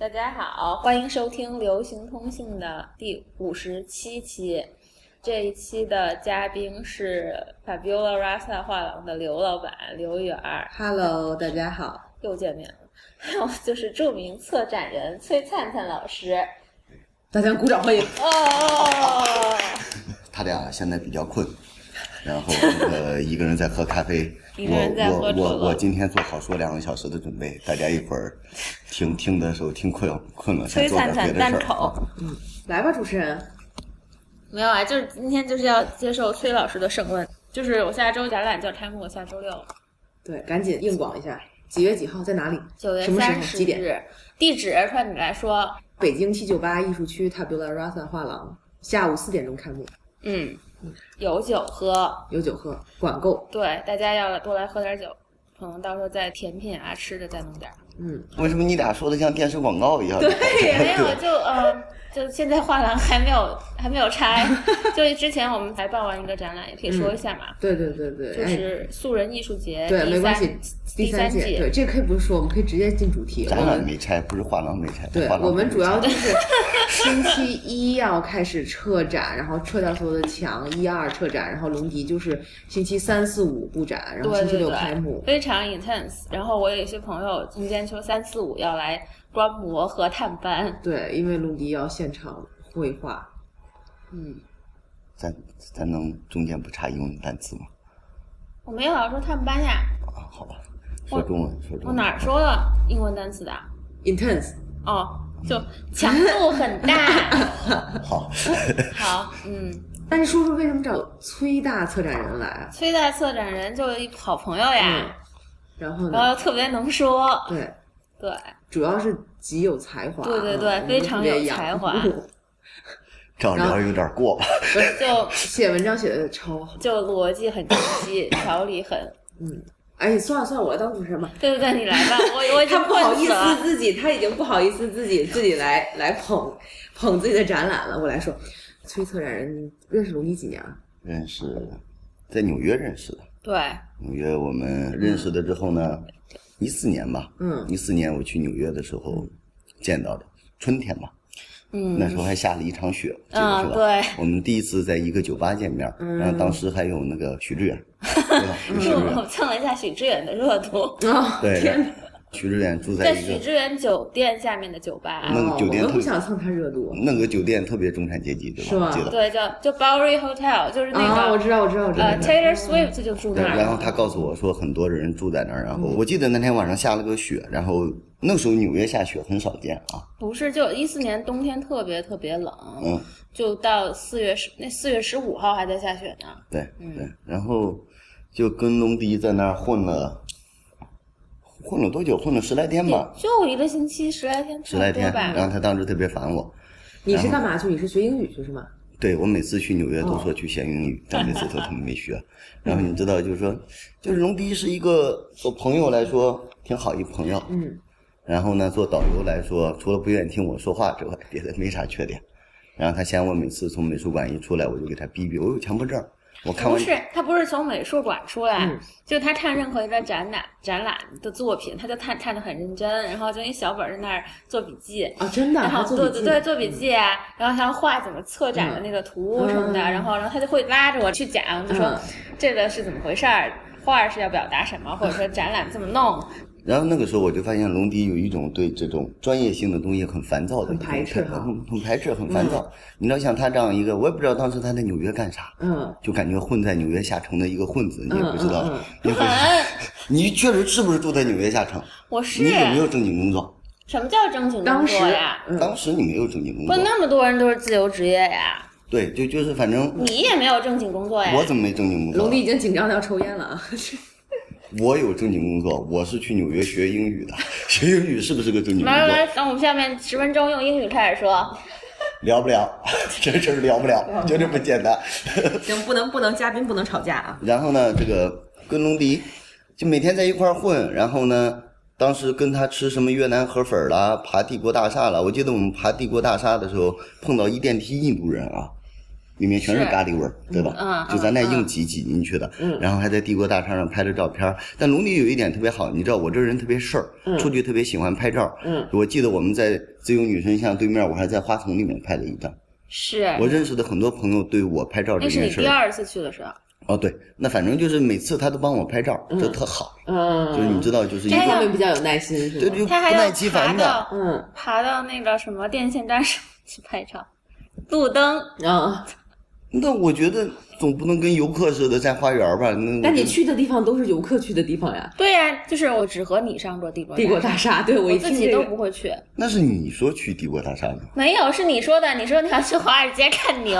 大家好，欢迎收听流行通信的第五十七期。这一期的嘉宾是 Fabiola Rasa 画廊的刘老板刘远儿， Hello，大家好。又见面了。 还有就是著名策展人崔灿灿老师。大家鼓掌欢迎。哦，他俩现在比较困，然后那个一个人在喝咖啡， 一个人在喝我可我乐我我今天做好说两个小时的准备，大家一会儿听听的时候听困了困了，崔先做灿点别灿的单事儿。口。来吧，主持人。没有啊，就是今天就是要接受崔老师的盛问。就是我下周展览就要开幕，下周六对，赶紧硬广一下，几月几号在哪里？九月什么时三候？十几点？日。地址换你来说，北京 T 九八艺术区 Tabula Rasa 画廊，下午四点钟开幕，嗯，有酒喝，有酒喝，管够。对，大家要多来喝点酒，可能到时候再甜品啊吃的再弄 点儿。嗯，为什么你俩说的像电视广告一样？对，没有，就呃，就现在画廊还没有还没有 拆，就之前我们才办完一个展览，也可以说一下嘛，对对对对，就哎，是素人艺术节第对，三没关系。第第三三届届，对，这可以不是说，我们可以直接进主题。我展览们没拆，不是画廊没拆，对画，廊我们没拆主要就是星期一要开始撤展，然后撤掉所有的墙，一二撤展，然后龙迪就是星期三四五布展，然后对星期对六开对幕，。非常 intense。然后我有一些朋友中间说三四五要来观摩和探班，对，因为龙迪要现场绘画，嗯，咱咱能中间不插英文单词吗？我没有老说探班呀，啊，好吧，说中文，说嗯中文。我哪儿说了英文单词的啊？ intense 哦，就强度很 大。 好， 好，嗯，但是说说为什么找崔大策展人来啊？崔大策展人就是一好朋友嗯呀，然后然呢？后特别能说，对，对，主要是极有才华啊，对对对我们非常特别有仰才华慕这样聊有点过了。就 写文章写的超好。就逻辑很清晰，条理很， 哎，算了算了，我当主持人吧。对对对，你来吧，我我已经他不好困意死思了。自己，他已经不好意思自己自己来来捧捧自己的展览了。我来说，崔策展人你认识龙迪几年啊？认识，在纽约认识的。对，纽约我们认识了之后呢，一四年吧，嗯一四年我去纽约的时候见到的，春天嘛，嗯那时候还下了一场雪，记得嗯，是吧？对，嗯我们第一次在一个酒吧见面，然后当时还有那个许 志远，对吧？有许就志我 远，蹭了一下许知远的热度，啊、对，许志远住在在一许个知远酒店下面的酒吧，那个酒店我们特别不想蹭他热度。那个酒店特别中产阶级，对是吧吧？记得。对，叫就 Bowery Hotel，就是嗯啊，那我个知道，我知道，我知道。呃 Taylor Swift 就住对，那儿，嗯然后他告诉我说，很多人住在那儿。然后我记得那天晚上下了个雪，然后那时候纽约下雪很少见啊，不是，就一四年冬天特别特别冷，嗯，就到四月十那四月十五号还在下雪呢。对对。然后就跟龙迪在那儿混了，混了多久？混了十来天吧，就一个星期十来天，嗯十差来不多天。嗯然吧。后他当时特别烦我，你是干嘛去？你是学英语去是吗？对我每次去纽约哦都说去学英 语，但每次都他们没学。嗯然后你知道，就是说，就是龙迪是一个做朋友来说挺好一朋友，嗯，然后呢，做导游来说，除了不愿意听我说话之外，别的没啥缺点。然后他嫌我每次从美术馆一出来，我就给他逼逼，我有强迫症。我看哎不完是，他不是从美术馆出来，嗯就他看任何一个展览展览的作品，他就看看得很认真，然后就一小本儿在那儿做笔记。啊，真的，然还后对做笔对记对，做笔记嗯啊，然后还要画怎么策展的那个图什么的，嗯然后然后他就会拉着我去讲，就说嗯这个是怎么回事儿，画儿是要表达什么，或者说展览这么弄，然后那个时候我就发现龙迪有一种对这种专业性的东西很烦躁的一很种排斥哈很很排斥，很烦躁。你知道像他这样一个，我也不知道当时他在纽约干啥，嗯，就感觉混在纽约下城的一个混子，你也不知道，嗯嗯你会 很。你确实是不是住在纽约下城？我是你有没有正经工作？什么叫正经工当时作呀？嗯当时你没有正经工不，作，那么多人都是自由职业呀，对，就就是反正你也没有正经工作呀。我怎么没正经工作？龙迪已经紧张的要抽烟了啊。 我有正经工作，我是去纽约学英语的。 学英语是不是个正经工来来作？来，那我们下面十分钟用英语开始说。聊 不聊？这事儿聊不嗯了，就这么简单。行，不能不能，嘉宾不能吵架啊。然后呢，这个跟龙迪就每天在一块儿混，然后呢，当时跟他吃什么越南河粉儿啦，爬帝国大厦啦。我记得我们爬帝国大厦的时候碰到一电梯印度人啊，里面全是是咖喱味儿，对吧？嗯嗯就咱那硬挤挤进去的，嗯然后还在帝国大厦上拍了照片儿。但龙迪有一点特别好，你知道我这人特别事儿，出去特别喜欢拍照。嗯，我记得我们在自由女神像对面，我还在花丛里面拍了一张。是，我认识的很多朋友对我拍照这那是件你事第儿，二次去的时候，哦对，那反正就是每次他都帮我拍照，这特好，嗯，就是你知道，就是一这这样个方面比较有耐心是对吧？就不他还要耐其爬烦的。到嗯爬到那个什么电线杆上去拍照，路灯啊，那我觉得总不能跟游客似的在花园吧？那我但觉你得去的地方都是游客去的地方呀，对呀、就是我只和你上过帝国帝国大厦大厦。对我我一自听己这都个，不会去。那是你说去帝国大厦 吗？没有，是你说的，你说你要去华尔街看 牛，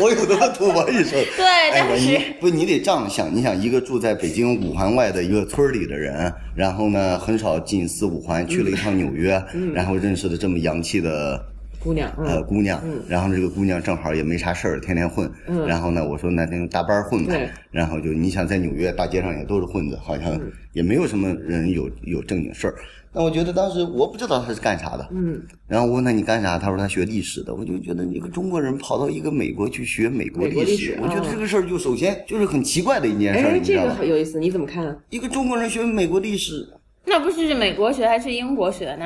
我有那么土吗？你说？对，哎，我但是、你不，你得这样想，你想一个住在北京五环外的一个村儿里的人，然后呢很少进四五环，去了一趟纽约，嗯然后认识了这么洋气的姑娘，呃嗯，嗯姑娘，然后这个姑娘正好也没啥事儿，天天混。然后呢，我说那就大班儿混吧对。然后就你想在纽约大街上也都是混子，好嗯像也没有什么人有有正经事儿。那我觉得当时我不知道他是干啥的，嗯，然后我问他你干啥，他说他学历史的，我就觉得一个中国人跑到一个美国去学美国美国历历史史，我觉得啊这个事儿就首先就是很奇怪的一件事儿，哎，你知这道个吗？很有意思，你怎么看啊？一个中国人学美国历史，那不是去美国学，还去英国学呢？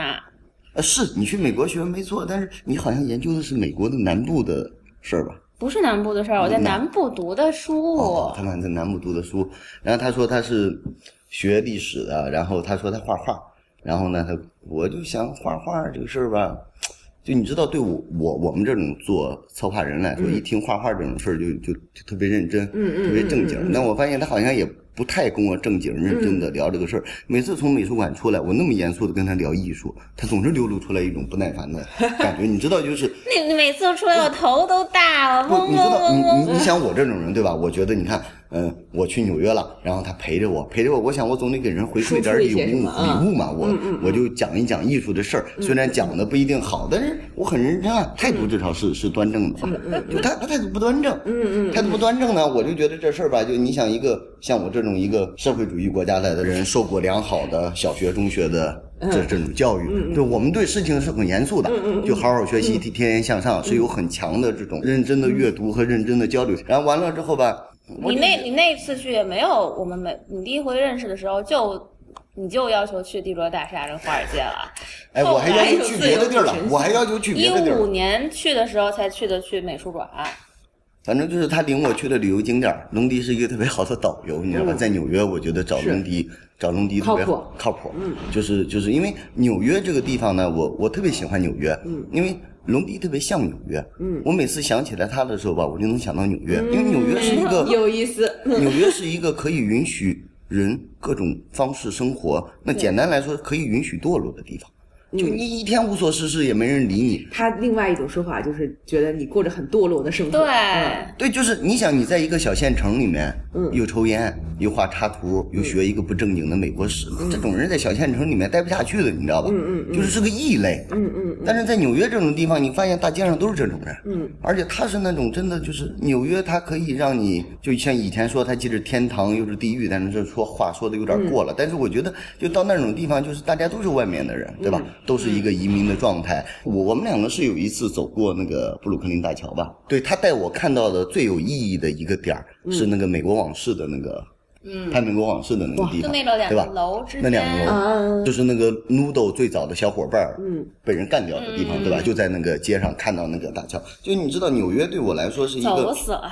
呃，是你去美国学没错，但是你好像研究的是美国的南部的事儿吧？不是南部的事儿，我在南部读的书。哦，他们在南部读的书，然后他说他是学历史的，然后他说他画画，然后呢，他我就想画画这个事儿吧，就你知道，对我我我们这种做策划人来说，一听画画这种事儿就就就特别认真，嗯特别正经。但我发现他好像也不太跟我正经认真的聊这个事儿。每次从美术馆出来，我那么严肃的跟他聊艺术，他总是流露出来一种不耐烦的感 觉。你知道，就是那你每次出来我头都大了，不，嗡嗡你知道，嗡嗡。你你你想我这种人对吧？我觉得你看，嗯，我去纽约了，然后他陪着我，陪着我，我想我总得给人回馈点输礼出一些什物么啊礼物嘛，我我就讲一讲艺术的事儿，嗯虽然讲的不一定好，但是我很认真啊，态度至少是是端正的嘛，啊嗯就他他态度不端正，嗯嗯，态度不端正呢，我就觉得这事儿吧，就你想一个像我这种一个社会主义国家来的人，受过良好的小学、中学的。嗯这这种教育，对我们对事情是很严肃的，就好好学习，嗯天天向上，是有很强的这种认真的阅读和认真的交流。然后完了之后吧，我你就那你那次去也没有，我们没你第一回认识的时候就你就要求去帝国大厦跟华尔街了。哎，我还要求去别的地儿后了来有自由精，神我还要求去一 别的地儿五了。年去的时候才去的去美术馆，反正就是他领我去的旅游景点儿，龙迪是一个特别好的导游，你知道吧？在纽约，我觉得找龙迪，找龙迪特别好嗯靠谱。嗯，就是就是因为纽约这个地方呢，我我特别喜欢纽约，嗯，因为龙迪特别像纽约，嗯，我每次想起来他的时候吧，我就能想到纽约，因为纽约是一个 有意思， 纽约是一个可以允许人各种方式生活，那简单来说，可以允许堕落的地方。就你一天无所事事也没人理你，他另外一种说法就是觉得你过着很堕落的生活，对，嗯对，就是你想你在一个小县城里面，又抽烟，又画插图，又学一个不正经的美国史，这种人在小县城里面待不下去的，你知道吧？嗯嗯，就是是个异类。嗯嗯，但是在纽约这种地方，你发现大街上都是这种人。嗯，而且他是那种真的就是纽约，它可以让你就像以前说它既是天堂又是地狱，但是这说话说的有点过了。但是我觉得就到那种地方，就是大家都是外面的人，对吧？都是一个移民的状态。我我们两个是有一次走过那个布鲁克林大桥吧？对他带我看到的最有意义的一个点儿是那个美国往事的那个。嗯，拍美国往事的那个地就方，那个两对个吧？楼之那间，两个楼啊，就是那个 Noodle 最早的小伙伴，嗯，被人干掉的地方，对吧？就在那个街上看到那个大桥。就你知道，纽约对我来说嗯是一走个，死了。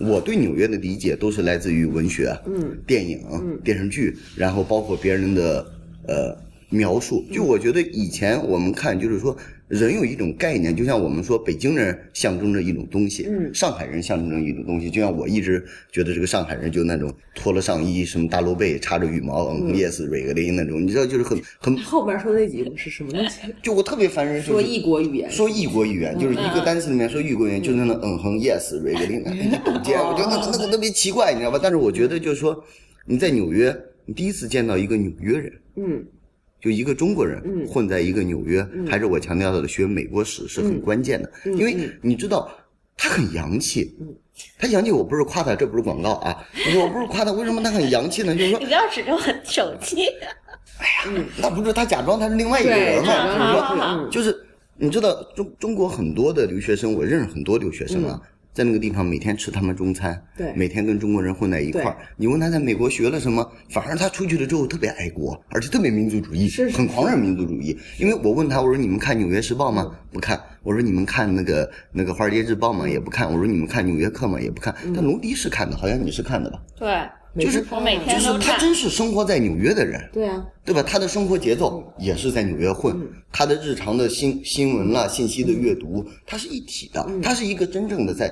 我对纽约的理解都是来自于文学、嗯，电影、电视剧，然后包括别人的呃描述。就我觉得以前我们看，就是说人有一种概念，就像我们说北京人象征着一种东西，嗯，上海人象征着一种东西。就像我一直觉得这个上海人就那种脱了上衣，什么大露背，插着羽毛，嗯，yes，蕊个林那种，你知道，就是很很他后边说的那几个是什么东西？就我特别烦人，就说是异国语言，嗯说异国语言，就是一个单词里面说异国语言，就是那种嗯哼 yes r e g a l i n 一堵街，哦我觉得那个那个特别奇怪，你知道吧？但是我觉得就是说，你在纽约，你第一次见到一个纽约人，嗯，就一个中国人混在一个纽约，还是我强调的学美国史是嗯很关键的，因为你知道他很洋气。嗯他洋气，我不是夸他，这不是广告啊！我不是夸他，为什么他很洋气呢？就是说你，不要指着我手机，那不是他假装他是另外一个对，人嘛？假就装是说，是嗯就是你知道中中国很多的留学生，我认识很多留学生嗯啊，在那个地方每天吃他们中餐，对每天跟中国人混在一块儿。你问他在美国学了什么，反而他出去了之后特别爱国，而且特别民族主义，是是很狂热民族主义。因为我问他，我说你们看《纽约时报》吗？嗯不看。我说你们看那个那个《华尔街日报》吗？也不看。我说你们看《纽约客》吗？也不看。但龙迪是看的，好像你是看的吧？对，就是我嗯每天就是都他看。真是生活在纽约的人，对啊，对吧？他的生活节奏也是在纽约混，他的日常的新新闻啦、信息的阅读，它是一体的，它是一个真正的在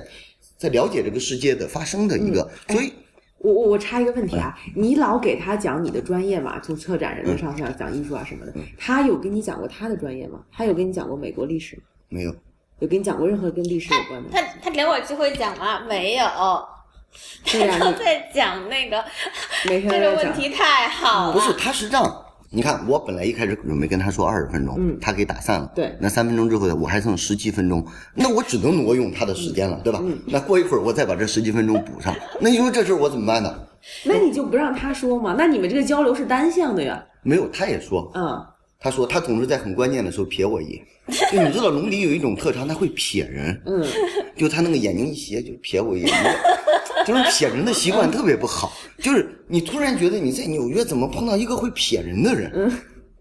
在了解这个世界的发生的一个，所以我我我插一个问题嗯啊，你老给他讲你的专业嘛，从策展人的上上讲艺术啊什么的，嗯他有跟你讲过他的专业吗？他有跟你讲过美国历史吗？没有有跟你讲过任何跟历史有关 的？他他给我机会讲吗？没有，对啊呀、他都在讲那个你每天这都个在问讲。题太好不是了。他是这样。你看，我本来一开始准备跟他说二十分钟，他给打散了。对那三分钟之后呢，我还剩十七分钟，那我只能挪用他的时间了，对吧？那过一会儿我再把这十七分钟补上，那你说这事儿我怎么办呢？那你就不让他说嘛？那你们这个交流是单向的呀？没有，他也说，嗯，他说他总是在很关键的时候瞥我一 眼，就你知道龙迪有一种特长，他会瞥人，嗯，就他那个眼睛一斜就瞥我一眼，就是瞥人的习惯特别不好，就是你突然觉得你在纽约怎么碰到一个会瞥人的人，嗯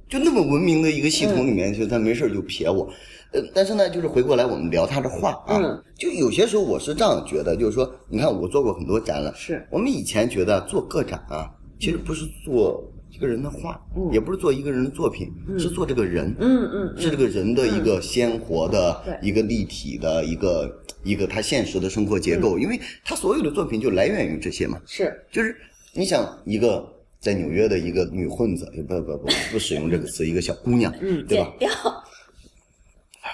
就那么文明的一个系统里面去，他没事儿就瞥我。呃，但是呢，就是回过来我们聊他的话啊，嗯就有些时候我是这样觉得，就是说，你看我做过很多展览，是我们以前觉得做个展啊，其实不是做一个人的画，也不是做一个人的作品，是做这个人，嗯嗯，是这个人的一个鲜活的、对一个立体的、一个一个他现实的生活结构，因为他所有的作品就来源于这些嘛。嗯是就是你想一个在纽约的一个女混子，不不不不使用这个词，一个小姑娘，嗯，对吧？掉，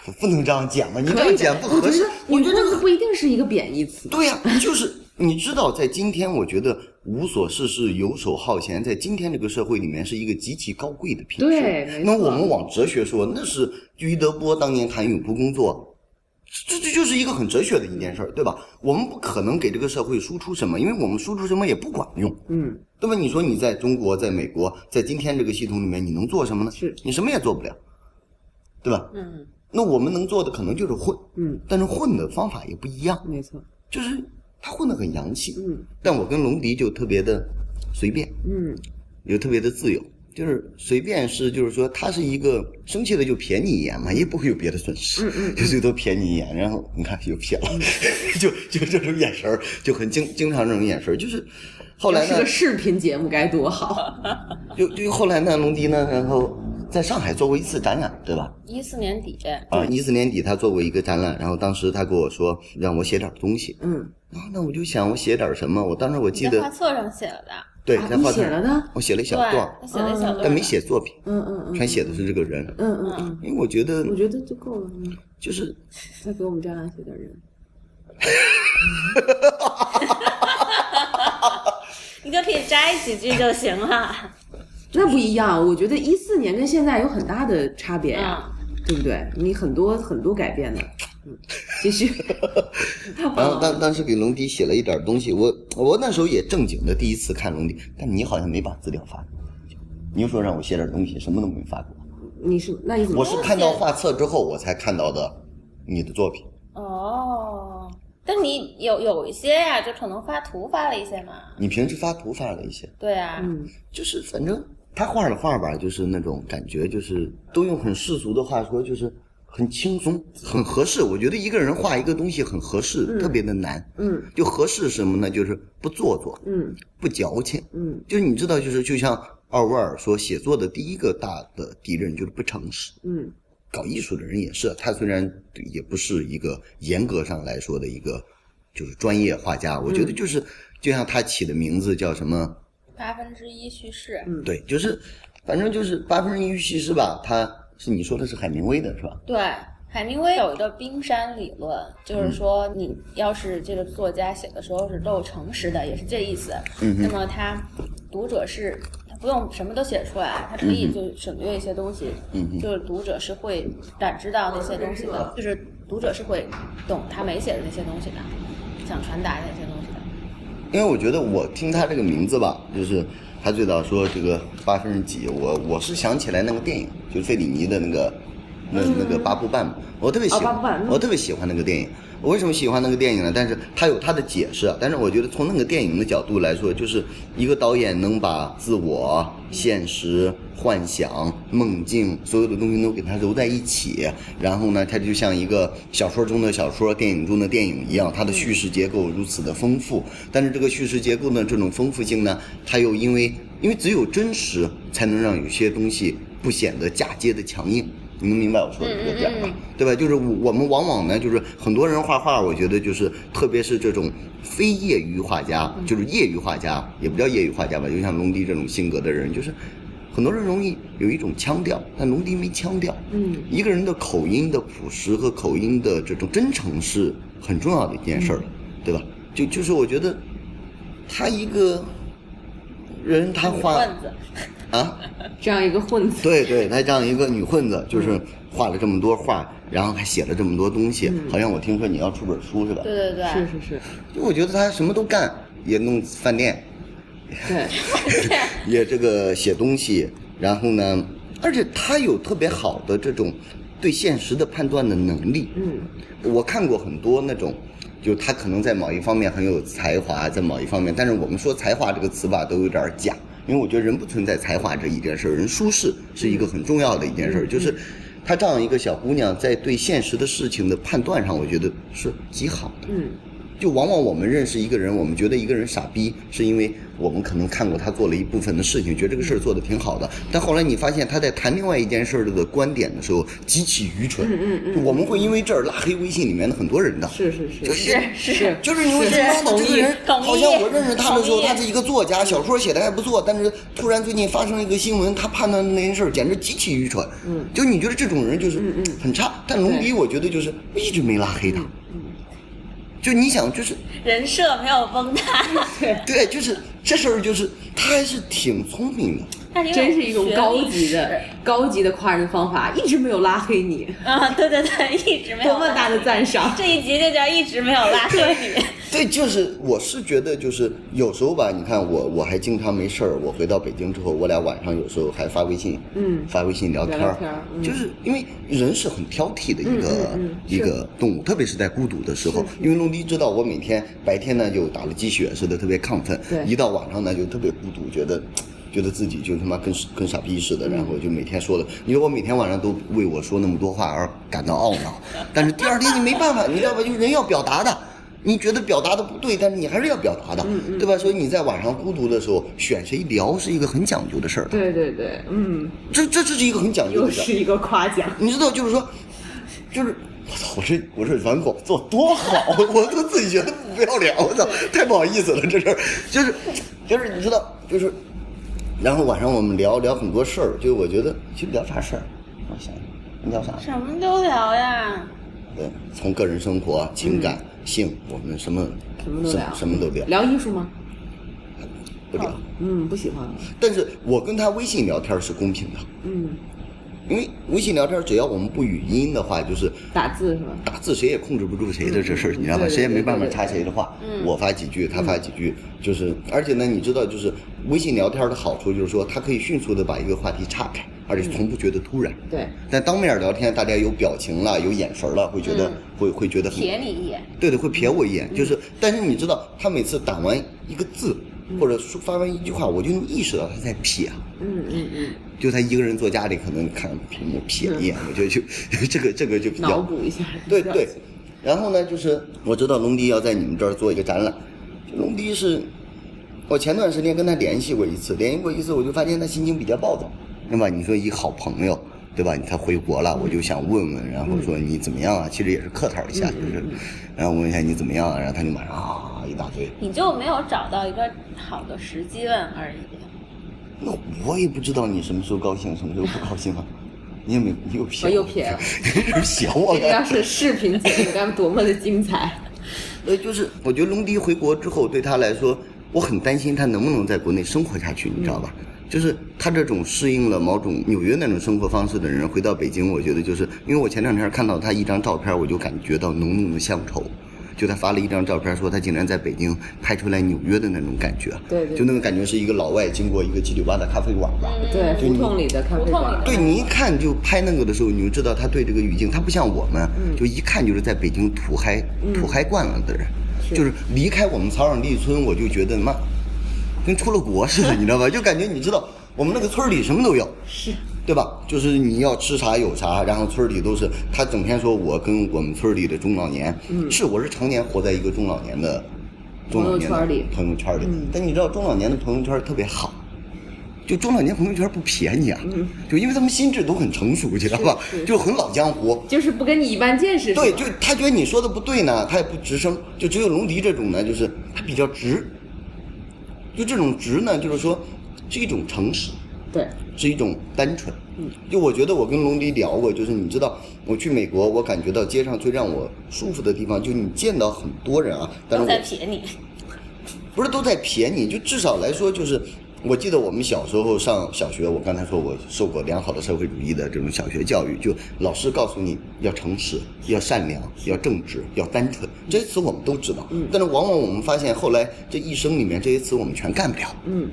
不不能这样讲嘛，你这样讲不合适。我觉得这个不一定是一个贬义词。对呀、就是你知道，在今天，我觉得无所事事、游手好闲，在今天这个社会里面是一个极其高贵的品质。对没错那我们往哲学说，那是于德波当年谈永不工作，这这这就是一个很哲学的一件事儿，对吧？我们不可能给这个社会输出什么，因为我们输出什么也不管用。嗯，对吧？你说你在中国、在美国、在今天这个系统里面，你能做什么呢？是你什么也做不了，对吧？嗯，那我们能做的可能就是混，嗯，但是混的方法也不一样。没错，就是他混得很洋气，嗯，但我跟龙迪就特别的随便，嗯，又特别的自由，就是随便是就是说他是一个生气了就瞥你一眼嘛，也不会有别的损失，嗯嗯，就最多瞥你一眼，然后你看又瞥了， 就就这种眼神儿就很经经常这种眼神儿，就是后来要是呢个，视频节目该多好。啊就就后来呢，龙迪呢，然后在上海做过一次展览，对吧？一四年底，啊，一四年底他做过一个展览，然后当时他跟我说让我写点儿东西，嗯，啊，那我就想我写点儿什么，我当时我记你得在画册上写了的，对，啊在你画写册了呢？我写了一小对，段儿，他写了一小段，但没，写作品，嗯嗯嗯全写的是这个人。嗯嗯嗯，因为我觉得我觉得就够了。嗯，就是再给我们展览写点人。你就可以摘几句就行了。那不一样，我觉得一四年跟现在有很大的差别呀、 对啊不对？你很多很多改变的。嗯，继续。哦然后当当时给龙迪写了一点儿东西，我我那时候也正经的第一次看龙迪，但你好像没把资料发给我，你就说让我写点儿东西，什么都没发给我。你是那你怎么我？是看到画册之后我才看到的你的作品，嗯哦，但你有有一些呀、就可能发图发了一些嘛。你平时发图发了一些，对啊，嗯，就是反正他画的画吧，就是那种感觉，就是都用很世俗的话说，就是很轻松，很合适。我觉得一个人画一个东西很合适，特别的难。嗯，就合适什么呢？就是不做作，嗯不矫情。嗯就是你知道，就是就像奥威尔说，写作的第一个大的敌人就是不诚实。嗯搞艺术的人也是，啊他虽然也不是一个严格上来说的一个就是专业画家，我觉得就是、就像他起的名字叫什么。八分之一叙事，对，就是，反正就是八分之一叙事吧，它是你说的是海明威的是吧？对。海明威有一个冰山理论，嗯就是说你要是这个作家写的时候是够诚实的，也是这意思。嗯那么他读者是他不用什么都写出来，他可嗯以就省略一些东西，就是读者是会感知到那些东西的，就是读者是会懂他没写的那些东西的，想传达的那些东西的。因为我觉得我听他这个名字吧，就是他最早说这个八分之几，我我是想起来那个电影，就是费里尼的那个那那个八部半，我特别喜嗯哦八部半嗯，欢我特别喜欢那个电影。我为什么喜欢那个电影呢？但是它有它的解释，但是我觉得从那个电影的角度来说，就是一个导演能把自我、现实、幻想、梦境所有的东西都给它揉在一起，然后呢，它就像一个小说中的小说、电影中的电影一样，它的叙事结构如此的丰富。但是这个叙事结构呢，这种丰富性呢，它又因为因为只有真实，才能让有些东西不显得嫁接的强硬。你能明白我说的这个点吧？对吧？就是我们往往呢，就是很多人画画，我觉得就是特别是这种非业余画家，就是业余画家，也不叫业余画家吧，就像龙迪这种性格的人，就是很多人容易有一种腔调，但龙迪没腔调。嗯，一个人的口音的朴实和口音的这种真诚是很重要的一件事儿，对吧？就就是我觉得他一个人他画混子，啊。这样一个混 子，对对，她这样一个女混子，嗯就是画了这么多画，然后还写了这么多东西，好像我听说你要出本书是吧？嗯对对对，是是是，就我觉得她什么都干，也弄饭店，对，也这个写东西，然后呢，而且她有特别好的这种对现实的判断的能力。嗯，我看过很多那种，就他可能在某一方面很有才华，在某一方面，但是我们说才华这个词吧，都有点儿假，因为我觉得人不存在才华这一件事儿，人舒适是一个很重要的一件事儿，就是她这样一个小姑娘在对现实的事情的判断上，我觉得是极好的。嗯，就往往我们认识一个人，我们觉得一个人傻逼，是因为我们可能看过他做了一部分的事情，觉得这个事儿做得挺好的。但后来你发现他在谈另外一件事儿的观点的时候极其愚蠢。嗯嗯我们会因为这儿拉黑微信里面的很多人的。是是是就是是是就是你会觉得妈的这个人，同意好像我认识他的时同候，意他是一个作家，小说写的还不错，但是突然最近发生了一个新闻，他判断的那件事儿简直极其愚蠢。嗯，就你觉得这种人就是很差，但龙迪我觉得就是我一直没拉黑他。就你想，就是人设没有崩塌，对，就是这事儿，就是他还是挺聪明的。他因为真是一种高级学的历史高级的夸人方法，一直没有拉黑你，啊，对对对， 一直没有多么大的赞赏！这一集就叫一直没有拉黑你。对，就是我是觉得，就是有时候吧，你看我我还经常没事儿，我回到北京之后，我俩晚上有时候还发微信，嗯发微信聊天聊儿聊天儿嗯就是因为人是很挑剔的一个、嗯嗯一个动物，特别是在孤独的时候，因为龙迪知道我每天白天呢就打了鸡血似的特别亢奋对，一到晚上呢就特别孤独，觉得。觉得自己就他妈跟跟傻逼似的，然后就每天说了，你说我每天晚上都为我说那么多话而感到懊恼，但是第二天你没办法，你知道吧？就是人要表达的，你觉得表达的不对，但是你还是要表达的，对吧？所以你在晚上孤独的时候，选谁聊是一个很讲究的事儿，对对对，嗯，这这这是一个很讲究又的事儿。是一个夸奖。你知道，就是说，就是我操，我这我这软广做多好，我都自己觉得不要脸，我操，太不好意思了，这事儿就是就是你知道，就是，然后晚上我们聊聊很多事儿，就我觉得其实聊啥事儿，我想想，聊啥？什么都聊呀，对，从个人生活、啊情感、性，我们什么嗯什么都聊什么都聊，聊艺术吗？不聊。嗯，不喜欢了。但是我跟他微信聊天是公平的，嗯，因为微信聊天只要我们不语音的话，就是打字是吧？打字谁也控制不住谁的这事儿，你知道嗯对吧？对谁也没办法对对嗯插谁的话。我发几句，他发几句，就是而且呢，你知道，就是微信聊天的好处就是说，它可以迅速的把一个话题岔开，而嗯且从不觉得突然。对，但当面聊天，大家有表情了，有眼神了，会觉嗯得会会觉得很瞥你一眼，对对，会瞥我一眼，就是，但是你知道，他每次打完一个字，或者说发完一句话，我就能意识到他在瞥、啊嗯嗯嗯，就他一个人坐家里，可能看屏幕瞥一眼，我觉得就这个这个就比较脑补一下。 对表对情，然后呢，就是我知道龙迪要在你们这儿做一个展览，就龙迪是，我前段时间跟他联系过一次，联系过一次，我就发现他心情比较暴躁，对吧？你说一好朋友，对吧？你他回国了，我就想问问，然后说你怎么样啊？其实也是客套一下，嗯就是，然后问一下你怎么样啊？然后他就马上啊一大堆，你就没有找到一个好的时机问而已。那我也不知道你什么时候高兴，什么时候不高兴啊？你有没有你有瞥我我？又 瞥了有点想我 这个干要是视频节目，该多么的精彩！啊 呃，就是我觉得龙迪回国之后，对他来说，我很担心他能不能在国内生活下去，你知道嗯吧？就是他这种适应了某种纽约那种生活方式的人，回到北京，我觉得就是因为我前两天看到他一张照片，我就感觉到浓浓的乡愁。就他发了一张照片，说他竟然在北京拍出来纽约的那种感觉，啊对对嗯就那种感觉是一个老外经过一个七九八的咖啡馆吧，对，胡同里的咖啡胡同馆里，的对你一看就拍那个的时候，你就知道他对这个语境，他不像我们，嗯就一看就是在北京土嗨、土嗨惯了的人，就是离开我们草场地村，我就觉得妈，跟出了国似的，你知道吧？就感觉你知道我们那个村儿里什么都有，是。对吧？就是你要吃啥有啥，然后村儿里都是他整天说我跟我们村儿里的中老年，是我是常年活在一个中老年的中老年嗯朋的友圈里嗯朋友圈里，但你知道中老年的朋友圈特别好，就中老年朋友圈不便宜啊，嗯就因为他们心智都很成熟，知道吧？就很老江湖。就是不跟你一般见识，对，是吧就他觉得你说的不对呢，他也不吱声。就只有龙迪这种呢，就是他比较直。就这种直呢，就是说是一种诚实，对，是一种单纯。嗯就我觉得我跟龙迪聊过，就是你知道，我去美国，我感觉到街上最让我舒服的地方，就你见到很多人啊，但是都我在撇你，不是都在便宜，就至少来说就是。我记得我们小时候上小学，我刚才说我受过良好的社会主义的这种小学教育，就老师告诉你要诚实、要善良、要正直、要单纯，这些词我们都知道。但是往往我们发现后来这一生里面这些词我们全干不了。嗯，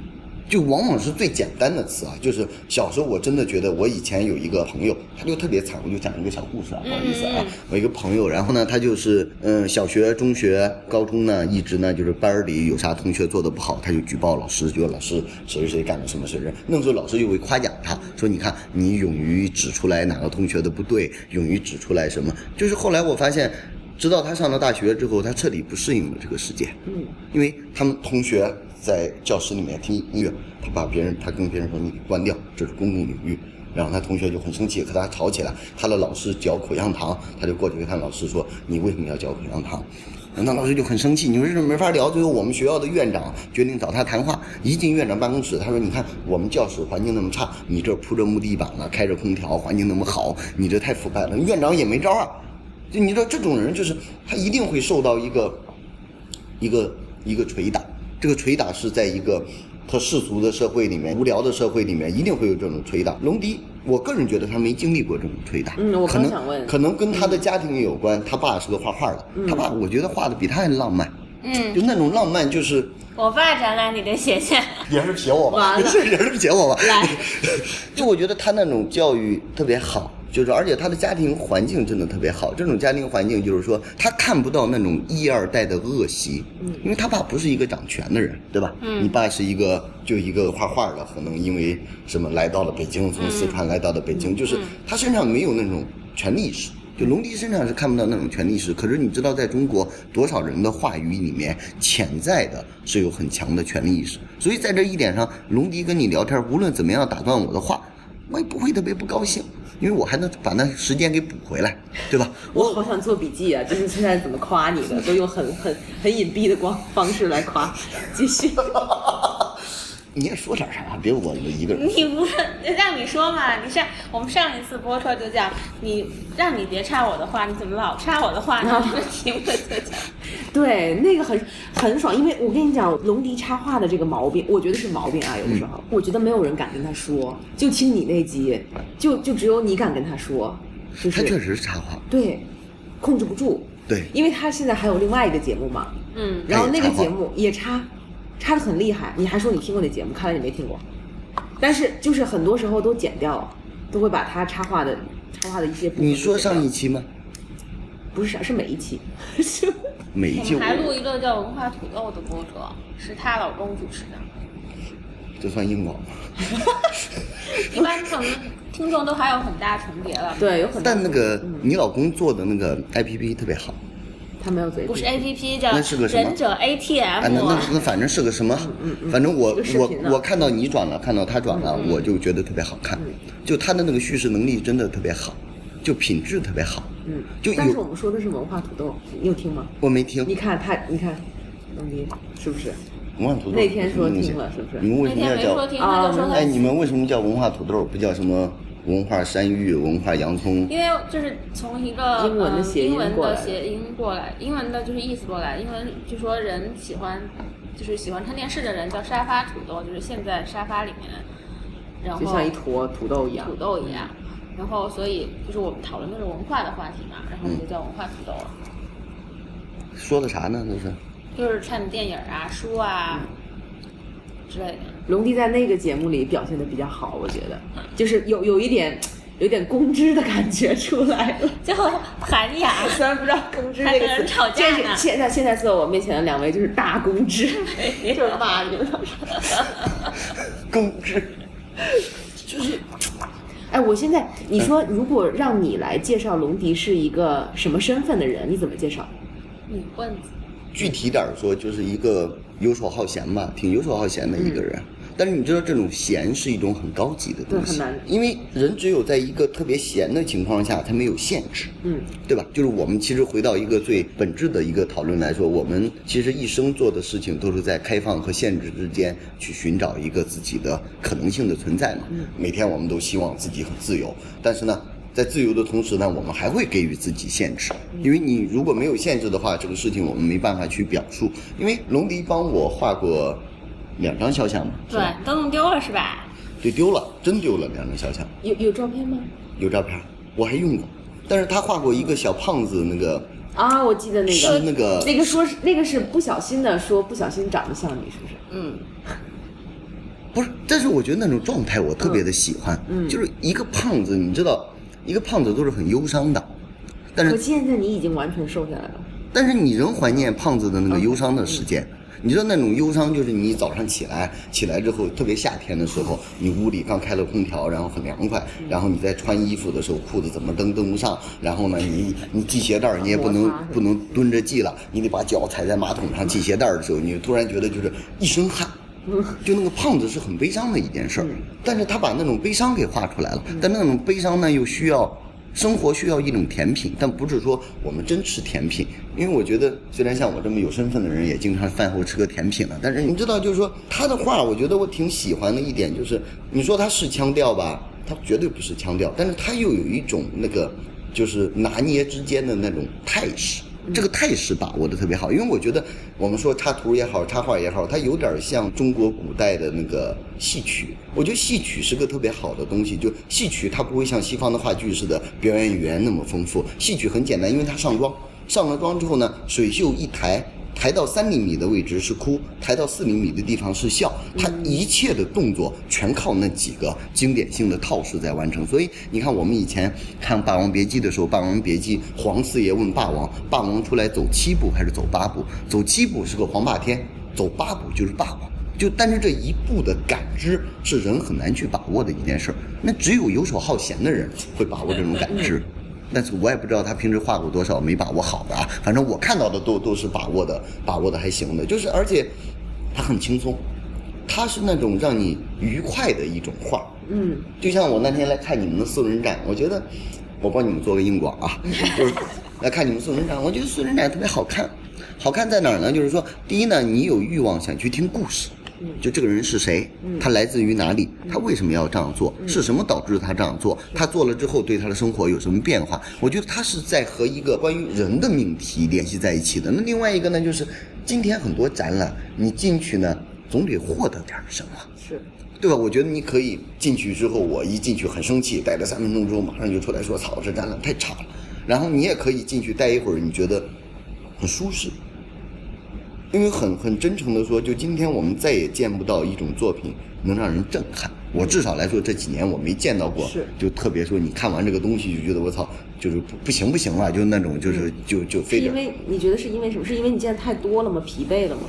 就往往是最简单的词啊，就是小时候我真的觉得，我以前有一个朋友，他就特别惨，我就讲一个小故事啊，不好意思啊，我一个朋友，然后呢，他就是嗯，小学、中学、高中呢，一直呢就是班儿里有啥同学做的不好，他就举报老师，觉得老师谁谁谁干了什么事儿，那个时候老师就会夸奖他，说你看你勇于指出来哪个同学的不对，勇于指出来什么，就是后来我发现。直到他上了大学之后，他彻底不适应了这个世界。嗯，因为他们同学在教室里面听音乐，他把别人，他跟别人说你给关掉，这是公共领域。然后他同学就很生气，和他吵起来。他的老师嚼口香糖，他就过去跟他老师说：“你为什么要嚼口香糖？”那老师就很生气，你说这没法聊。最后我们学校的院长决定找他谈话。一进院长办公室，他说：“你看我们教室环境那么差，你这铺着木地板了，开着空调，环境那么好，你这太腐败了。”院长也没招啊。就你知道这种人，就是他一定会受到一个一个一个捶打，这个捶打是在一个和世俗的社会里面、无聊的社会里面，一定会有这种捶打。龙迪，我个人觉得他没经历过这种捶打，嗯我可刚能想问可能跟他的家庭也有关。他爸是个画画的，他爸我觉得画的比他还浪漫，嗯，就那种浪漫就是。我爸展览你的斜 线，也是撇我吧，完了也 是撇我吧来。 就我觉得他那种教育特别好，就是而且他的家庭环境真的特别好。这种家庭环境就是说，他看不到那种一二代的恶习，因为他爸不是一个掌权的人，对吧？你爸是一个就一个画画的，可能因为什么来到了北京，从四川来到了北京，就是他身上没有那种权力意识。就龙迪身上是看不到那种权力意识，可是你知道，在中国多少人的话语里面，潜在的是有很强的权力意识。所以在这一点上，龙迪跟你聊天，无论怎么样打断我的话，我也不会特别不高兴，因为我还能把那时间给补回来，对吧？我好想做笔记啊！就是现在怎么夸你的，都用很很很隐蔽的光方式来夸。继 续，你也说点啥，别我一个人。你不是让你说嘛？你上我们上一次播出就讲你让你别插我的话，你怎么老插我的话呢？这个 题目就讲，对那个很很爽，因为我跟你讲，龙迪插话的这个毛病，我觉得是毛病啊。有的时候，我觉得没有人敢跟他说，就听你那集，就就只有你敢跟他说，就他是确实是插话，对，控制不住，对，因为他现在还有另外一个节目嘛， 嗯，然后他也那个插话节目也插，插的很厉害。你还说你听过那节目，看来你没听过。但是就是很多时候都剪掉了，都会把他插话的插话的一些部分都剪掉。你说上一期吗？不是上是每一期， 每一我期们还录我一个叫《文化土豆》的播出，是她老公主持的。这算硬广吗？一般可能听众都还有很大重叠了，对，有很多。但那个你老公做的那个 APP 特别好。他没有嘴，不是 A P P 叫那是个什么忍者 A T 啊，那 M，那那反正是个什么，反正我嗯一个视我频啊嗯我看到你转了，看到他转了，我就觉得特别好看，就他的那个叙事能力真的特别好，就品质特别好，嗯，就但是我有们说的是文化土豆，你有听吗？我没听你，看他，你看，龙迪是不是？文化土豆那天说什么东西听了是不是你们为那什么天要没说哎叫？听，他就说哎，他，你们为什么叫文化土豆，不叫什么文化山芋、文化洋葱？因为就是从一个英文的谐音呃英文过来的的谐音过来，英文的就是意思过来，英文就说人喜欢就是喜欢看电视的人叫沙发土豆，就是陷在沙发里面，然后就像一坨土豆一样土。豆一样。嗯然后，所以就是我们讨论的是文化的话题嘛，然后我们就叫文化土豆了。说的啥呢？那是 就是看电影啊、书啊嗯之类的。龙迪在那个节目里表现的比较好，我觉得，就是有有一点，有点公知的感觉出来了。就韩雅， 虽然不知道“公知”这 还个词，跟人吵架这呢是现在现在坐我面前的两位就是大公知， 就是骂你们。公知，就是哎，我现在你说，如果让你来介绍龙迪是一个什么身份的人，你怎么介绍？嗯女混子，具体点儿说，就是一个游手好闲吧，挺游手好闲的一个人。但是你知道，这种闲是一种很高级的东西嗯对很难，因为人只有在一个特别闲的情况下，他没有限制，嗯，对吧？就是我们其实回到一个最本质的一个讨论来说，我们其实一生做的事情都是在开放和限制之间去寻找一个自己的可能性的存在嘛。每天我们都希望自己很自由，但是呢，在自由的同时呢，我们还会给予自己限制，因为你如果没有限制的话，这个事情我们没办法去表述。因为龙迪帮我画过两张肖像嘛，是对吧，你都弄丢了是吧？对，丢了，真丢了两张肖像。有有照片吗？有照片儿，我还用过。但是他画过一个小胖子，那个啊，我记得那是个那个那个说是那个是不小心的，说不小心长得像你，是不是？嗯，不是，但是我觉得那种状态我特别的喜欢，嗯就是一个胖子，你知道，一个胖子都是很忧伤的，但可是现在你已经完全瘦下来了。但是你仍怀念胖子的那个忧伤的时间。嗯你知道那种忧伤，就是你早上起来，起来之后，特别夏天的时嗯候，你屋里刚开了空调，然后很凉快，然后你在穿衣服的时候，裤子怎么蹬蹬不上，然后呢，你你系鞋带儿，你也不能摩擦是吧不能蹲着系了，你得把脚踩在马桶上系鞋带儿的时候，你就突然觉得就是一身汗。嗯就那个胖子是很悲伤的一件事儿，但是他把那种悲伤给画出来了，但那种悲伤呢又需要生活需要一种甜品，但不是说我们真吃甜品，因为我觉得虽然像我这么有身份的人也经常饭后吃个甜品了，但是你知道，就是说他的画，我觉得我挺喜欢的一点就是，你说他是腔调吧，他绝对不是腔调，但是他又有一种那个就是拿捏之间的那种态势。这个态势把握的特别好，因为我觉得我们说插图也好，插画也好，它有点像中国古代的那个戏曲。我觉得戏曲是个特别好的东西，就戏曲它不会像西方的话剧似的表演语言那么丰富，戏曲很简单，因为它上妆，上了妆之后呢，水袖一抬。抬到三厘米的位置是哭，抬到四厘米的地方是笑，它一切的动作全靠那几个经典性的套式在完成。所以你看，我们以前看《霸王别姬》的时候，《霸王别姬》黄四爷问霸王，霸王出来走七步还是走八步？走七步是个黄霸天，走八步就是霸王。就但是这一步的感知是人很难去把握的一件事儿，那只有游手好闲的人会把握这种感知。但是我也不知道他平时画过多少没把握好的啊，反正我看到的都都是把握的，把握的还行的，就是而且他很轻松，他是那种让你愉快的一种画。嗯，就像我那天来看你们的素人展，我觉得我帮你们做个硬广啊，就是来看你们素人展，我觉得素人展特别好看。好看在哪儿呢？就是说，第一呢，你有欲望想去听故事，就这个人是谁，他来自于哪里，他为什么要这样做，是什么导致他这样做，他做了之后对他的生活有什么变化？我觉得他是在和一个关于人的命题联系在一起的。那另外一个呢，就是今天很多展览，你进去呢，总得获得点儿什么。是。对吧？我觉得你可以进去之后，我一进去很生气，待了三分钟之后，马上就出来说：“操，这展览太差了。”然后你也可以进去待一会儿，你觉得很舒适，因为很很真诚的说，就今天我们再也见不到一种作品能让人震撼。我至少来说，这几年我没见到过，是就特别说你看完这个东西就觉得我操，就是不不行不行了，就那种就是就就是非得因为你觉得是因为什么？是因为你见的太多了吗？疲惫了吗？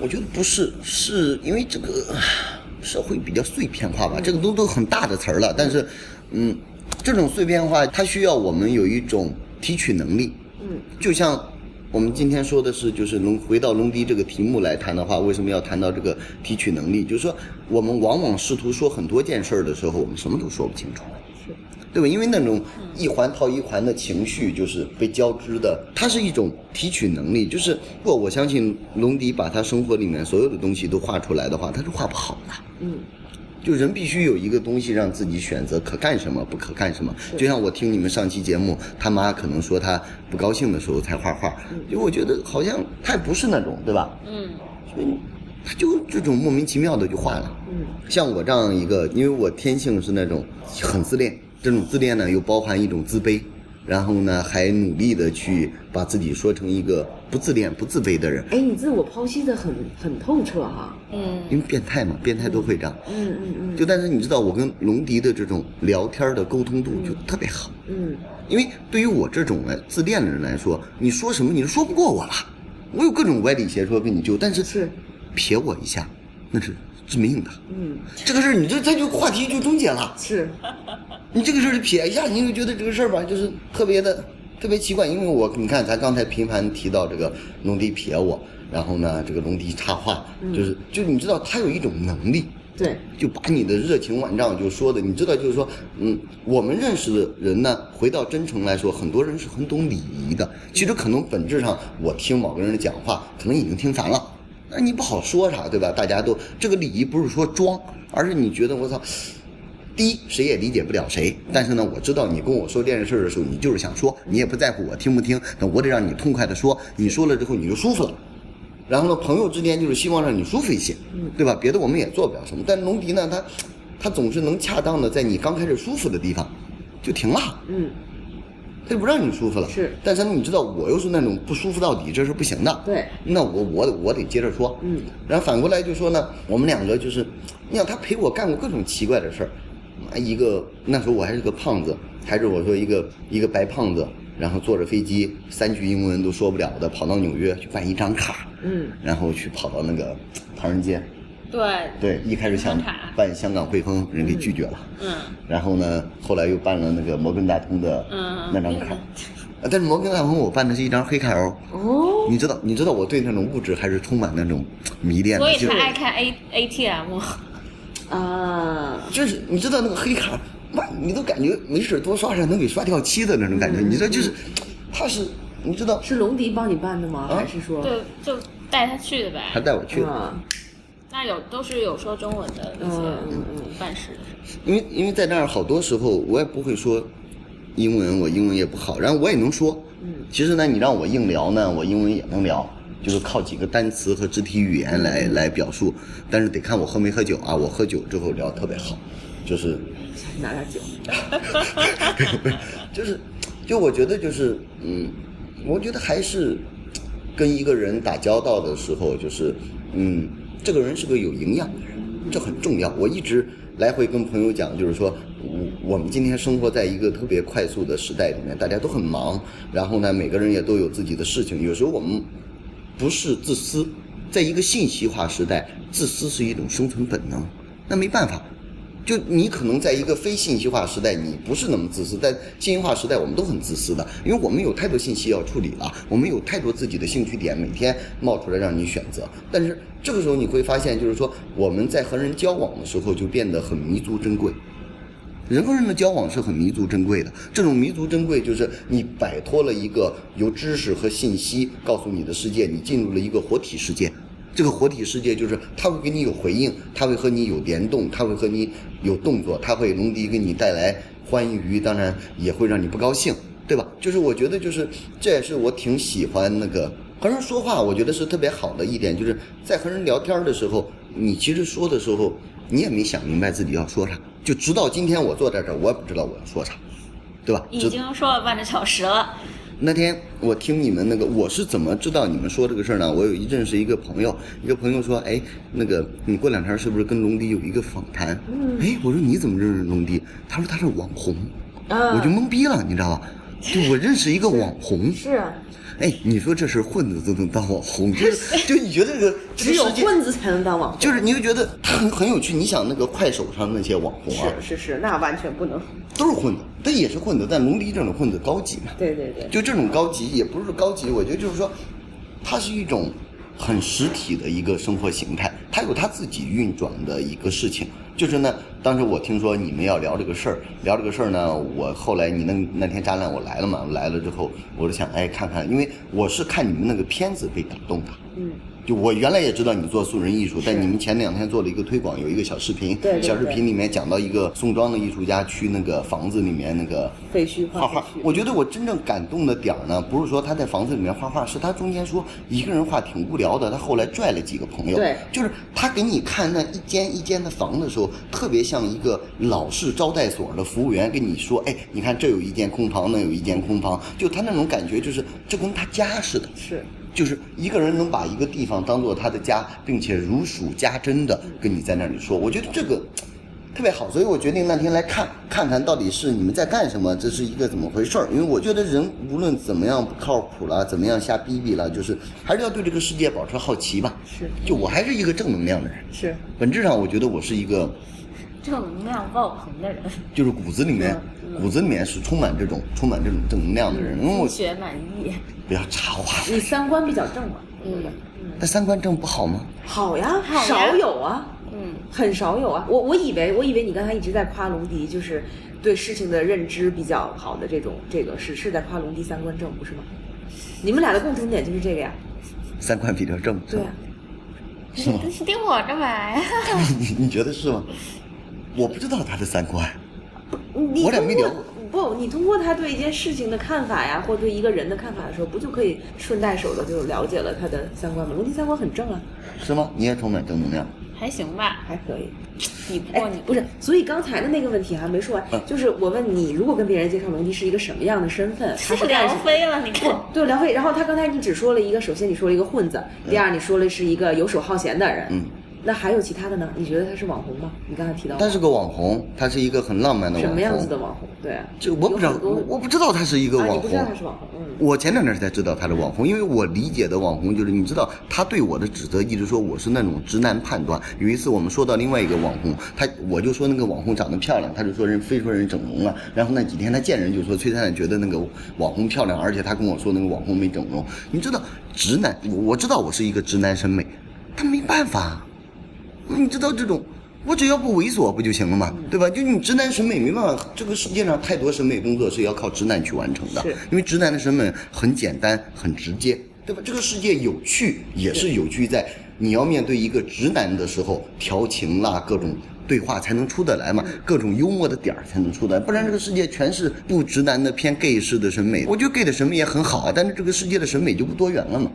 我觉得不是，是因为这个唉社会比较碎片化吧，这个都都很大的词儿了。但是，嗯，这种碎片化它需要我们有一种提取能力。嗯，就像我们今天说的是，就是龙回到龙迪这个题目来谈的话，为什么要谈到这个提取能力？就是说，我们往往试图说很多件事儿的时候，我们什么都说不清楚。是，对吧？因为那种一环套一环的情绪，就是被交织的，它是一种提取能力。就是如果我相信龙迪把他生活里面所有的东西都画出来的话，他是画不好的。嗯，就人必须有一个东西让自己选择可干什么，不可干什么。就像我听你们上期节目，他妈可能说他不高兴的时候才画画，就我觉得好像他也不是那种，对吧？嗯，所以他就这种莫名其妙的就画了。嗯，像我这样一个，因为我天性是那种很自恋，这种自恋呢又包含一种自卑，然后呢还努力的去把自己说成一个不自恋、不自卑的人，哎，你自我剖析的很很透彻哈、嗯，因为变态嘛，变态都会这样。嗯嗯就但是你知道，我跟龙迪的这种聊天的沟通度就特别好，嗯因为对于我这种来自恋的人来说，你说什么你都说不过我了，我有各种歪理邪说跟你纠，但是是撇我一下，那是致命的。嗯这个事儿你这这就话题就终结了嗯，，是，你这个事儿撇一下，你就觉得这个事儿吧，就是特别的特别奇怪，因为我你看咱刚才频繁提到这个龙迪撇我，然后呢这个龙迪插话，就是就你知道他有一种能力，对，就把你的热情万丈就说的，你知道，就是说，嗯，我们认识的人呢，回到真诚来说，很多人是很懂礼仪的。其实可能本质上，我听某个人的讲话，可能已经听烦了，那你不好说啥，对吧？大家都这个礼仪不是说装，而是你觉得我操，第一谁也理解不了谁，但是呢，我知道你跟我说这件事的时候，你就是想说，你也不在乎我听不听，那我得让你痛快的说，你说了之后你就舒服了。然后呢，朋友之间就是希望让你舒服一些，嗯对吧？别的我们也做不了什么，但龙迪呢，他他总是能恰当的在你刚开始舒服的地方就停了，嗯他就不让你舒服了。是但是呢，你知道我又是那种不舒服到底，这是不行的。对那我我我得接着说，嗯，然后反过来就说呢，我们两个就是，你想他陪我干过各种奇怪的事儿，妈一个那时候我还是个胖子，还是我说一个一个白胖子，然后坐着飞机三句英文都说不了的，跑到纽约去办一张卡，嗯然后去跑到那个唐人街，对，对，一开始想办卡办香港汇丰，人给拒绝了，嗯然后呢，后来又办了那个摩根大通的嗯，那张卡，啊但是摩根大通我办的是一张黑卡哦。哦，你知道，你知道我对那种物质还是充满那种迷恋的，所以就才是爱看 A A T M， 啊，就是你知道那个黑卡，哇，你都感觉没事儿多刷刷能给刷掉漆的那种感觉，你知道就是，他是你知道是龙迪帮你办的吗？啊还是说？就就带他去的呗他。带我去的，啊，那有都是有说中文的那嗯些办事的，因为因为在那儿好多时候我也不会说英文，我英文也不好，然后我也能说。嗯，其实呢，你让我硬聊呢，我英文也能聊，就是靠几个单词和肢体语言来来表述，但是得看我喝没喝酒啊。我喝酒之后聊得特别好，就是拿点酒，就是，就我觉得就是，嗯，我觉得还是跟一个人打交道的时候，就是，嗯，这个人是个有营养的人，这很重要。我一直来回跟朋友讲，就是说，我我们今天生活在一个特别快速的时代里面，大家都很忙，然后呢，每个人也都有自己的事情，有时候我们不是自私，在一个信息化时代，自私是一种生存本能，那没办法。就你可能在一个非信息化时代，你不是那么自私；在信息化时代，我们都很自私的，因为我们有太多信息要处理了，我们有太多自己的兴趣点，每天冒出来让你选择。但是这个时候你会发现，就是说我们在和人交往的时候就变得很弥足珍贵。人和人的交往是很弥足珍贵的，这种弥足珍贵就是你摆脱了一个由知识和信息告诉你的世界，你进入了一个活体世界。这个活体世界就是它会给你有回应，它会和你有联动，它会和你有动作，它会龙迪给你带来欢愉，当然也会让你不高兴，对吧？就是我觉得就是这也是我挺喜欢那个和人说话，我觉得是特别好的一点，就是在和人聊天的时候，你其实说的时候你也没想明白自己要说啥，就直到今天我坐在这儿，我也不知道我要说啥，对吧？已直经说了半个小时了。那天我听你们那个，我是怎么知道你们说这个事儿呢？我有一认识一个朋友，一个朋友说，哎，那个你过两天是不是跟龙迪有一个访谈？嗯哎，我说你怎么认识龙迪？他说他是网红，嗯啊我就懵逼了，你知道吧？就我认识一个网红，是啊，哎，你说这是混子都能当网红，就是 就你觉得这个只有这个世界混子才能当网红。就是你会觉得他很很有趣。你想那个快手上那些网红啊，是是是，那完全不能。都是混子，但也是混子，但龙迪这种混子高级嘛。对对对，就这种高级也不是高级，我觉得就是说，它是一种很实体的一个生活形态，它有它自己运转的一个事情。就是呢，当时我听说你们要聊这个事儿，聊这个事儿呢，我后来你那那天展览我来了嘛，来了之后我就想，哎，看看，因为我是看你们那个片子被打动的。嗯，就我原来也知道你做素人艺术，是但你们前两天做了一个推广，有一个小视频，对对小视对频里面讲到一个宋庄的艺术家去那个房子里面那个废墟画废画墟。，我觉得我真正感动的点儿呢，不是说他在房子里面画画，是他中间说一个人画挺无聊的，他后来拽了几个朋友。对就是他给你看那一间一间的房的时候，特别像一个老式招待所的服务员跟你说：“哎，你看这有一间空房，那有一间空房。”就他那种感觉，就是这跟他家似的。是就是一个人能把一个地方当做他的家，并且如数家珍的跟你在那里说，我觉得这个特别好，所以我决定那天来看看看到底是你们在干什么，这是一个怎么回事儿？因为我觉得人无论怎么样不靠谱了，怎么样瞎逼逼了，就是还是要对这个世界保持好奇吧。是就我还是一个正能量的人，是，本质上我觉得我是一个。正能量爆棚的人，就是骨子里面，骨子里面是充满这种充满这种正能量的人。因为我学满 意，不要插话，你三观比较正吧？嗯但三观正不好吗？好呀，好呀少有啊， 嗯，很少有啊。我我以为我以为你刚才一直在夸龙迪，就是对事情的认知比较好的这种，这个是是在夸龙迪三观正，不是吗？你们俩的共同点就是这个呀，三观比较正，对啊，是吗？你盯我干嘛呀？ 你你觉得是吗？我不知道他的三观，你我俩没通过聊不，过你通过他对一件事情的看法呀，或者对一个人的看法的时候，不就可以顺带手的就了解了他的三观吗？龙迪三观很正啊，是吗？你也充满正能量，还行吧，还可以。比不哎过哦你，不是，所以刚才的那个问题还没说完，嗯就是我问你，如果跟别人介绍龙迪是一个什么样的身份，他是干聊什么？飞了，你看，对，梁飞。然后他刚才你只说了一个，首先你说了一个混子，第二你说了是一个游手好闲的人，嗯，那还有其他的呢？你觉得他是网红吗？你刚才提到他是个网红，他是一个很浪漫的网什红。么样子的网红？对啊，这我不知道有，很多我我不知道他是一个啊，你网不知道红他。是网红，嗯，我前两天才知道他是网红，因为我理解的网红就是，你知道他对我的指责一直说我是那种直男判断。有一次我们说到另外一个网红，他我就说那个网红长得漂亮，他就说人非说人整容了。然后那几天他见人就说崔灿灿觉得那个网红漂亮，而且他跟我说那个网红没整容。你知道直男，我我知道我是一个直男审美，他没办法，你知道这种，我只要不猥琐不就行了嘛，对吧？就你直男审美没办法，这个世界上太多审美工作是要靠直男去完成的是，因为直男的审美很简单、很直接，对吧？这个世界有趣也是有趣在你要面对一个直男的时候，调情啦，各种。对话才能出得来嘛，嗯各种幽默的点儿才能出得来，不然这个世界全是不直男的偏 gay 式的审美。我觉得 gay 的审美也很好啊，但是这个世界的审美就不多元了嘛，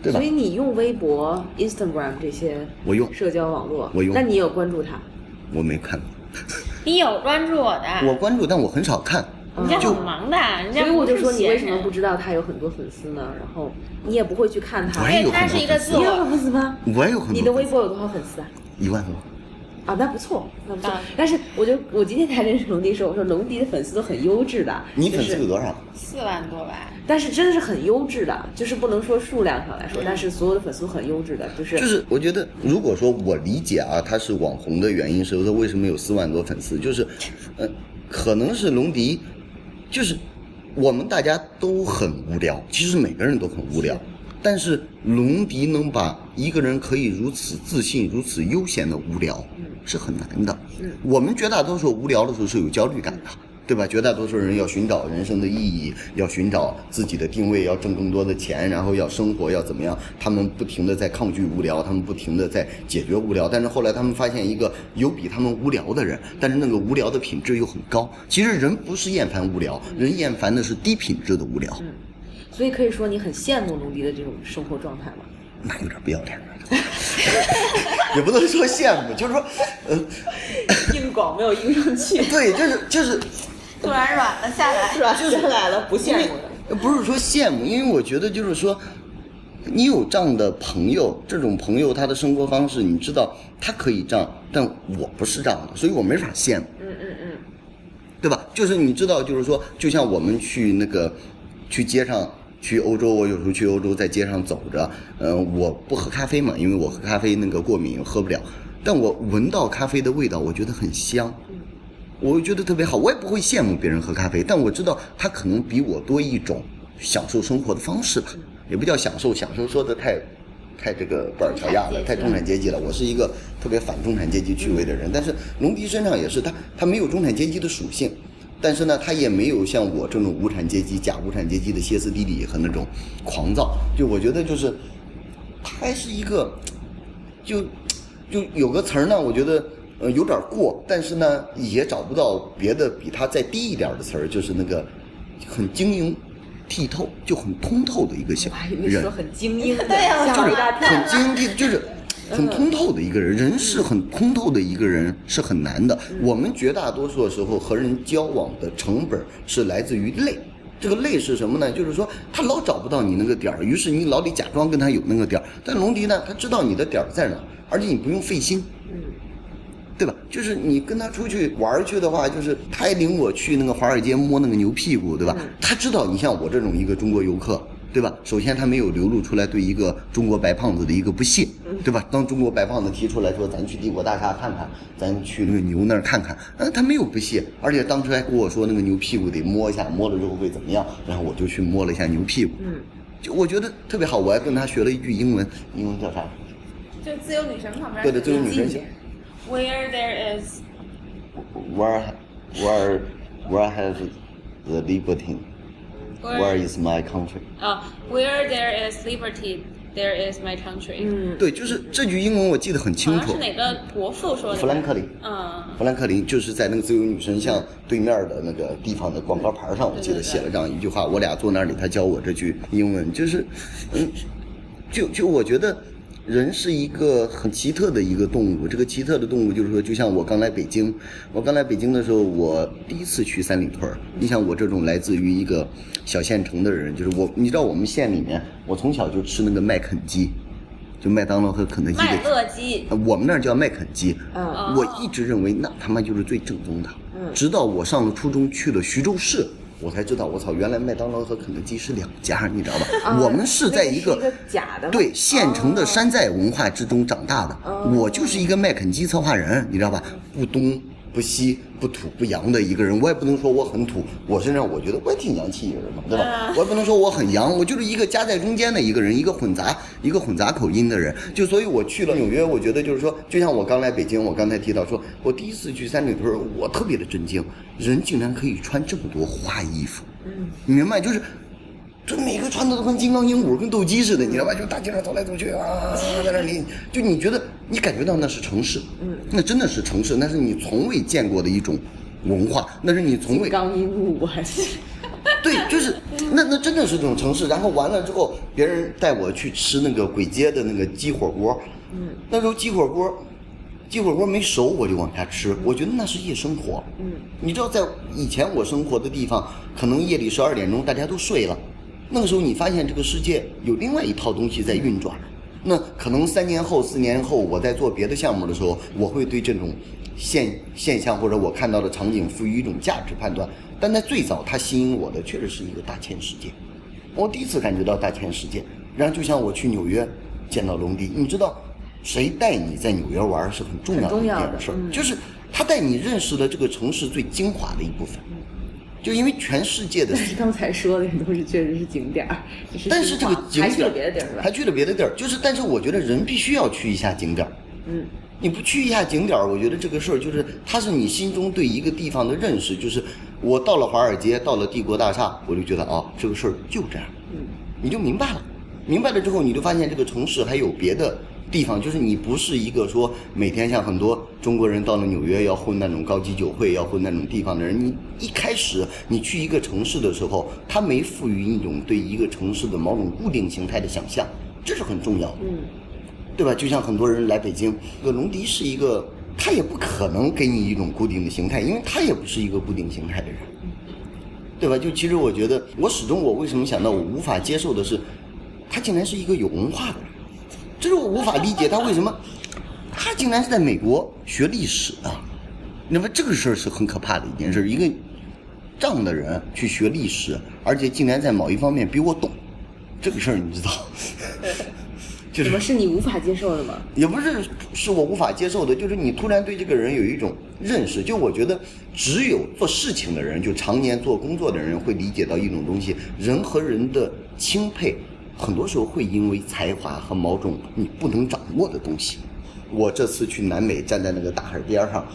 对嗯吧所以？你用微博、Instagram 这些我用社交网络，我用那你有关注他？我没看过，你有关注我的，嗯我关注，但我很少看。人家很忙的，人家所以我就说你为什么不不知道他有很多粉丝呢？然后你也不会去看他我，是也闲人？因有为他哎很是多一个粉自你有 丝我，粉丝吗？我也有很多。你的微博有多少粉丝啊？一万多，啊，那不错，那不错啊。但是我就我今天才认识龙迪的时候，我说龙迪的粉丝都很优质的，你就粉丝是有多少？四万多吧，但是真的是很优质的，就是不能说数量上来说，但是所有的粉丝都很优质的，就是就是我觉得，如果说我理解啊，他是网红的原因是他为什么有四万多粉丝，就是，呃，可能是龙迪，就是我们大家都很无聊，其实每个人都很无聊，但是龙迪能把一个人可以如此自信、如此悠闲的无聊，是很难的。我们绝大多数无聊的时候是有焦虑感的。对吧？绝大多数人要寻找人生的意义，要寻找自己的定位，要挣更多的钱，然后要生活，要怎么样？他们不停的在抗拒无聊，他们不停的在解决无聊。但是后来他们发现一个有比他们无聊的人，但是那个无聊的品质又很高。其实人不是厌烦无聊，人厌烦的是低品质的无聊，所以可以说你很羡慕龙迪的这种生活状态嘛。那有点不要脸了。也不能说羡慕，就是说，呃，硬广没有硬上去， 对，就是就是突然软了下来。啊软下来了，不羡慕了。不是说羡慕，因为我觉得就是说，你有这样的朋友，这种朋友他的生活方式，你知道他可以这样，但我不是这样的，所以我没法羡慕。嗯嗯嗯，对吧？就是你知道，就是说，就像我们去那个，去街上，去欧洲，我有时候去欧洲在街上走着，嗯、我不喝咖啡嘛，因为我喝咖啡那个过敏，喝不了。但我闻到咖啡的味道，我觉得很香，我觉得特别好。我也不会羡慕别人喝咖啡，但我知道他可能比我多一种享受生活的方式吧，也不叫享受，享受说的太。太这个布尔乔亚了，太中产阶级了。我是一个特别反中产阶级趣味的人，但是龙迪身上也是，他他没有中产阶级的属性，但是呢，他也没有像我这种无产阶级、假无产阶级的歇斯底里和那种狂躁。就我觉得就是，他还是一个，就就有个词儿呢，我觉得呃有点过，但是呢也找不到别的比他再低一点的词儿，就是那个很晶莹剔透、就很通透的一个小我还以为人说。很精英的，对呀我吓我一就大跳。很精辟，嗯就是很通透的一个人。人是很通透的一个人是很嗯难的。我们绝大多数的时候和人交往的成本是来自于累，这个累是什么呢？就是说他老找不到你那个点儿，于是你老得假装跟他有那个点儿。但龙迪呢，他知道你的点儿在哪，而且你不用费心，嗯，对吧？就是你跟他出去玩儿去的话，就是他也领我去那个华尔街摸那个牛屁股，对吧？他知道你像我这种一个中国游客。对吧？首先，他没有流露出来对一个中国白胖子的一个不屑，对吧？当中国白胖子提出来说，咱去帝国大厦看看，咱去那个牛那儿看看，嗯，他没有不屑，而且当时还跟我说那个牛屁股得摸一下，摸了之后会怎么样？然后我就去摸了一下牛屁股，嗯，就我觉得特别好，我还跟他学了一句英文，英文叫啥？就自由女神哎旁边对的，自由女神自己 Where there is ，Where where where has the liberty? Where is my country? 啊、w h e r e there is liberty, there is my country。嗯，对，就是这句英文我记得很好清像楚是。哪个国父说的？富兰克林。嗯，富兰克林就是在那个自由女神像对面的那个地方的广告牌上，我记得写了这样一句话。我俩坐那里，他教我这句英文，就是，嗯，就就我觉得人是一个很奇特的一个动物。这个奇特的动物就是说，就像我刚来北京，我刚来北京的时候，我第一次去三里屯儿。你想，我这种来自于一个小县城的人，就是我，你知道我们县里面，我从小就吃那个麦肯鸡，就麦当劳和肯德基麦的。乐基。呃我们那儿叫麦肯基，嗯哦我一直认为那他妈就是最正宗的，直到我上了初中去了徐州市，我才知道，我操，原来麦当劳和肯德基是两家，你知道吧？我们是在一啊那是一个假的嘛对县城的山寨文化之中长大的，我就是一个麦肯基策划人，你知道吧？不东。不西不土不洋的一个人，我也不能说我很土，我身上我觉得我也挺洋气一个人嘛，对吧？我也不能说我很洋，我就是一个夹在中间的一个人，一个混杂一个混杂口音的人。就所以我去了纽约，我觉得就是说，就像我刚来北京，我刚才提到说，我第一次去三里屯儿，我特别的震惊，人竟然可以穿这么多花衣服，嗯，你明白就是。这每个穿的都跟金刚鹦鹉、跟斗鸡似的，你知道吧？就大街上走来走去啊，在那里，就你觉得你感觉到那是城市，嗯，那真的是城市，那是你从未见过的一种文化，那是你从未刚鹦鹉还是对，就是那那真的是这种城市。然后完了之后，别人带我去吃那个簋街的那个鸡火锅，嗯，那时候鸡火锅，鸡火锅没熟我就往下吃，我觉得那是夜生活。嗯，你知道在以前我生活的地方，可能夜里十二点钟大家都睡了，那个时候你发现这个世界有另外一套东西在运转。那可能三年后、四年后，我在做别的项目的时候，我会对这种现现象或者我看到的场景赋予一种价值判断。但在最早，它吸引我的确实是一个大千世界。我第一次感觉到大千世界。然后就像我去纽约见到龙迪，你知道，谁带你在纽约玩是很重要的一嗯件事儿，就是他带你认识了这个城市最精华的一部分。就因为全世界的 刚才说的都是确实是景点儿，只是但是这精个华景还点去了别的地儿是吧？还去了别的地儿，就是但是我觉得人必须要去一下景点儿。嗯，你不去一下景点儿，我觉得这个事儿就是它是你心中对一个地方的认识，就是我到了华尔街，到了帝国大厦，我就觉得啊、这个事儿就这样，嗯，你就明白了。明白了之后，你就发现这个城市还有别的地方，就是你不是一个说每天像很多中国人到了纽约要混那种高级酒会，要混那种地方的人。你一开始你去一个城市的时候，他没赋予一种对一个城市的某种固定形态的想象，这是很重要的。嗯，对吧？就像很多人来北京，这个龙迪是一个，他也不可能给你一种固定的形态，因为他也不是一个固定形态的人，对吧？就其实我觉得，我始终我为什么想到我无法接受的是，他竟然是一个有文化的人，这是我无法理解他为什么，他竟然是在美国学历史的，那么这个事儿是很可怕的一件事，一个这样的人去学历史，而且竟然在某一方面比我懂，这个事儿你知道， 就什是么是你无法接受的吗？也不是是我无法接受的，就是你突然对这个人有一种认识。就我觉得，只有做事情的人，就常年做工作的人，会理解到一种东西：人和人的钦佩，很多时候会因为才华和某种你不能掌握的东西。我这次去南美，站在那个大海边上，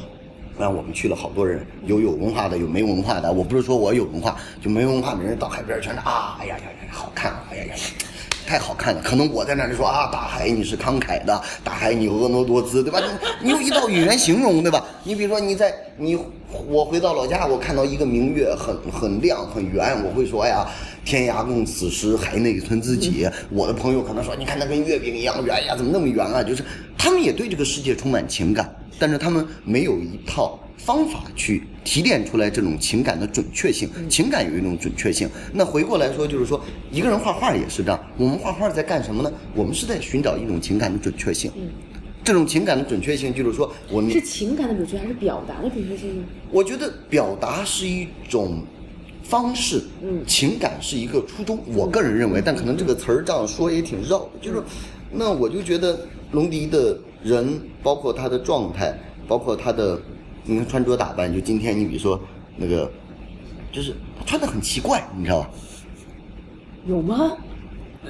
然后我们去了好多人，有有文化的，有没文化的。我不是说我有文化，就没文化的人到海边全是啊，哎呀呀呀，好看啊，哎呀呀，太好看了。可能我在那里说啊，大海你是慷慨的，大海你婀娜多姿，对吧？你你用一道语言形容，对吧？你比如说你在你我回到老家，我看到一个明月很很亮很圆，我会说哎呀。天涯共此时，海内存自己。我的朋友可能说，你看它跟月饼一样圆呀，怎么那么圆啊？就是他们也对这个世界充满情感，但是他们没有一套方法去提炼出来这种情感的准确性。情感有一种准确性。那回过来说，就是说一个人画画也是这样。我们画画在干什么呢？我们是在寻找一种情感的准确性。这种情感的准确性，就是说我们是情感的准确还是表达的准确性呢？我觉得表达是一种方式，嗯，情感是一个初衷。我个人认为，但可能这个词儿这样说也挺绕的。就是，那我就觉得龙迪的人，包括他的状态，包括他的，你看穿着打扮，就今天你比如说那个，就是他穿的很奇怪，你知道吧？有吗？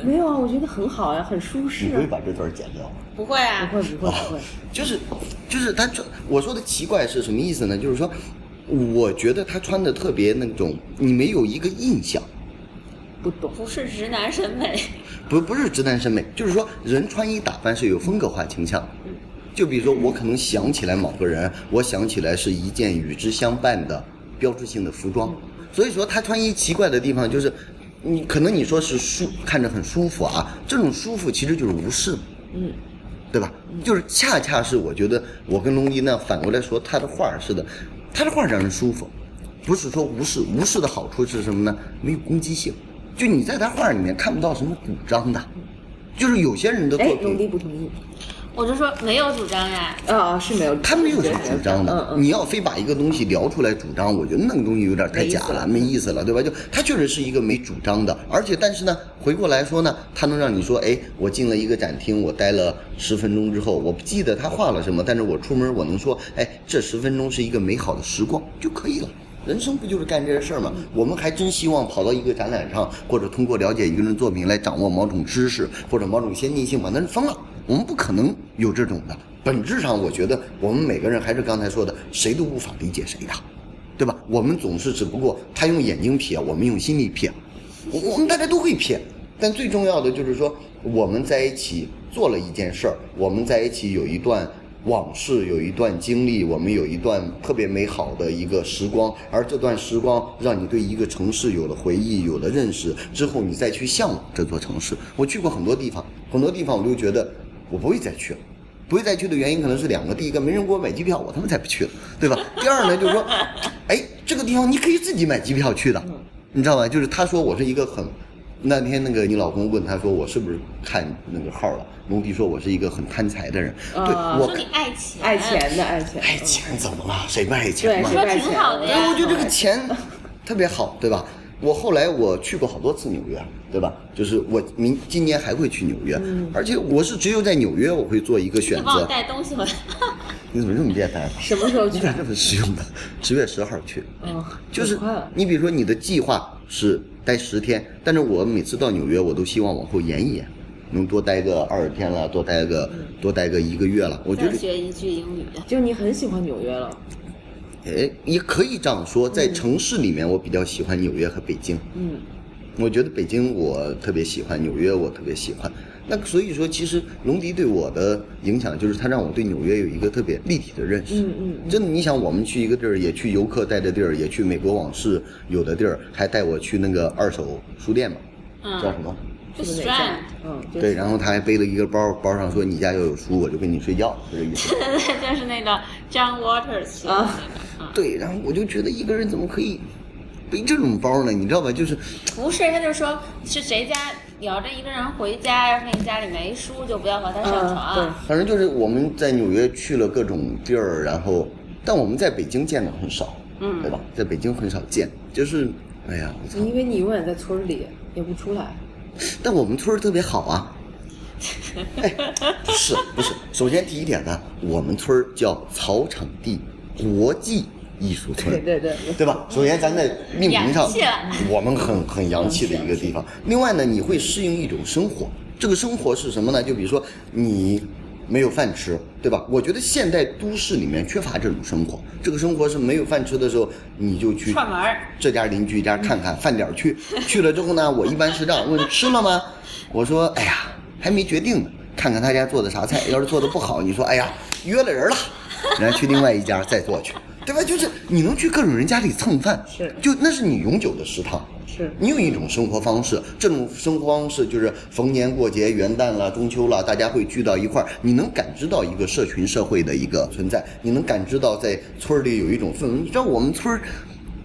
没有啊，我觉得很好呀、很舒你适、不会哦啊。把这段儿剪掉吗？不会啊，不会不会不会，就是就是他穿我说的奇怪是什么意思呢？就是说，我觉得他穿的特别那种，你没有一个印象，不懂。不是直男审美，不不是直男审美，就是说人穿衣打扮是有风格化倾向的。就比如说，我可能想起来某个人，我想起来是一件与之相伴的标志性的服装。所以说，他穿衣奇怪的地方就是，你可能你说是舒，看着很舒服啊，这种舒服其实就是无视。嗯，对吧？就是恰恰是我觉得我跟龙一呢反过来说，他的画儿似的，他的画儿让人舒服，不是说无视。无视的好处是什么呢？没有攻击性，就你在他画儿里面看不到什么主张的，就是有些人的哎作，龙迪品。不同意。我就说没有主张呀。啊啊，是没有。他没有什么主张的，嗯嗯。你要非把一个东西聊出来主张，我觉得那个东西有点太假了，没意思了，对吧？就他确实是一个没主张的，而且但是呢，回过来说呢，他能让你说，哎，我进了一个展厅，我待了十分钟之后，我不记得他画了什么，但是我出门我能说，哎，这十分钟是一个美好的时光就可以了。人生不就是干这些事儿吗？我们还真希望跑到一个展览上，或者通过了解一个人作品来掌握某种知识或者某种先进性吧，那是疯了。我们不可能有这种的。本质上，我觉得我们每个人还是刚才说的，谁都无法理解谁的，对吧？我们总是只不过他用眼睛瞥，我们用心里瞥，我我们大家都会瞥。但最重要的就是说，我们在一起做了一件事儿，我们在一起有一段往事，有一段经历，我们有一段特别美好的一个时光，而这段时光让你对一个城市有了回忆，有了认识之后，你再去向往这座城市。我去过很多地方，很多地方我就觉得我不会再去了。不会再去的原因可能是两个：第一个，没人给我买机票，我他妈才不去了，对吧？第二呢，就是说，哎，这个地方你可以自己买机票去嗯的，你知道吗？就是他说我是一个很，那天那个你老公问他说我是不是看那个号了，龙迪说我是一个很贪财的人，对啊我嗯说你爱钱，爱，钱的爱钱。爱钱怎么了？谁不爱钱嘛？对说挺好的哎然后我呀。觉得这个钱特别好，对吧？我后来我去过好多次纽约，对吧？就是我明今年还会去纽约，而且我是只有在纽约我会做一个嗯选你帮我择。带东西回来，你怎么这么变态啊？什么时候你去？咋这么实用 的？十月十号去，嗯，就是很快了你比如说你的计划是待十天，但是我每次到纽约，我都希望往后延一延，能多待个二十天了，多待个多待个一个月了。我觉 再得学一句英语。就是你很喜欢纽约了。哎，也可以这样说，在城市里面，我比较喜欢纽约和北京。嗯，我觉得北京我特别喜欢，纽约我特别喜欢。那所以说，其实龙迪对我的影响就是他让我对纽约有一个特别立体的认识。嗯嗯真的，你想我们去一个地儿，也去游客带的地儿，也去美国往事有的地儿，还带我去那个二手书店嘛，叫嗯，什么？就是是哪家 strand，？嗯，就是对，然后他还背了一个包，包上说你家要有书，我就跟你 睡觉，就这意思。 就是那个 John Waters 写的啊那个。嗯对，然后我就觉得一个人怎么可以背这种包呢？你知道吧？就是不是，他就说是谁家摇着一个人回家，要是你家里没书，就不要和他上嗯，对床。。啊反正就是我们在纽约去了各种地儿，然后，但我们在北京见的很少，嗯对吧？在北京很少见，就是，哎呀，我你操！因为你永远在村里，也不出来。但我们村儿特别好啊。哎，不是不是，首先第一点呢，我们村儿叫草场地国际艺术村，对对对，对吧？首先，咱在命名上洋气了，我们很很洋气的一个地方。另外呢，你会适应一种生活，这个生活是什么呢？就比如说你没有饭吃，对吧？我觉得现代都市里面缺乏这种生活，这个生活是没有饭吃的时候，你就去串门儿这家邻居家看看，饭点儿去。去了之后呢，我一般是这样问吃了吗？我说哎呀，还没决定呢，看看他家做的啥菜。要是做的不好，你说哎呀约了人了，然后去另外一家再做去。对吧？就是你能去各种人家里蹭饭，是就那是你永久的食堂。是你有一种生活方式，这种生活方式就是逢年过节、元旦啦、中秋啦，大家会聚到一块儿，你能感知到一个社群社会的一个存在，你能感知到在村儿里有一种氛围。你知道我们村儿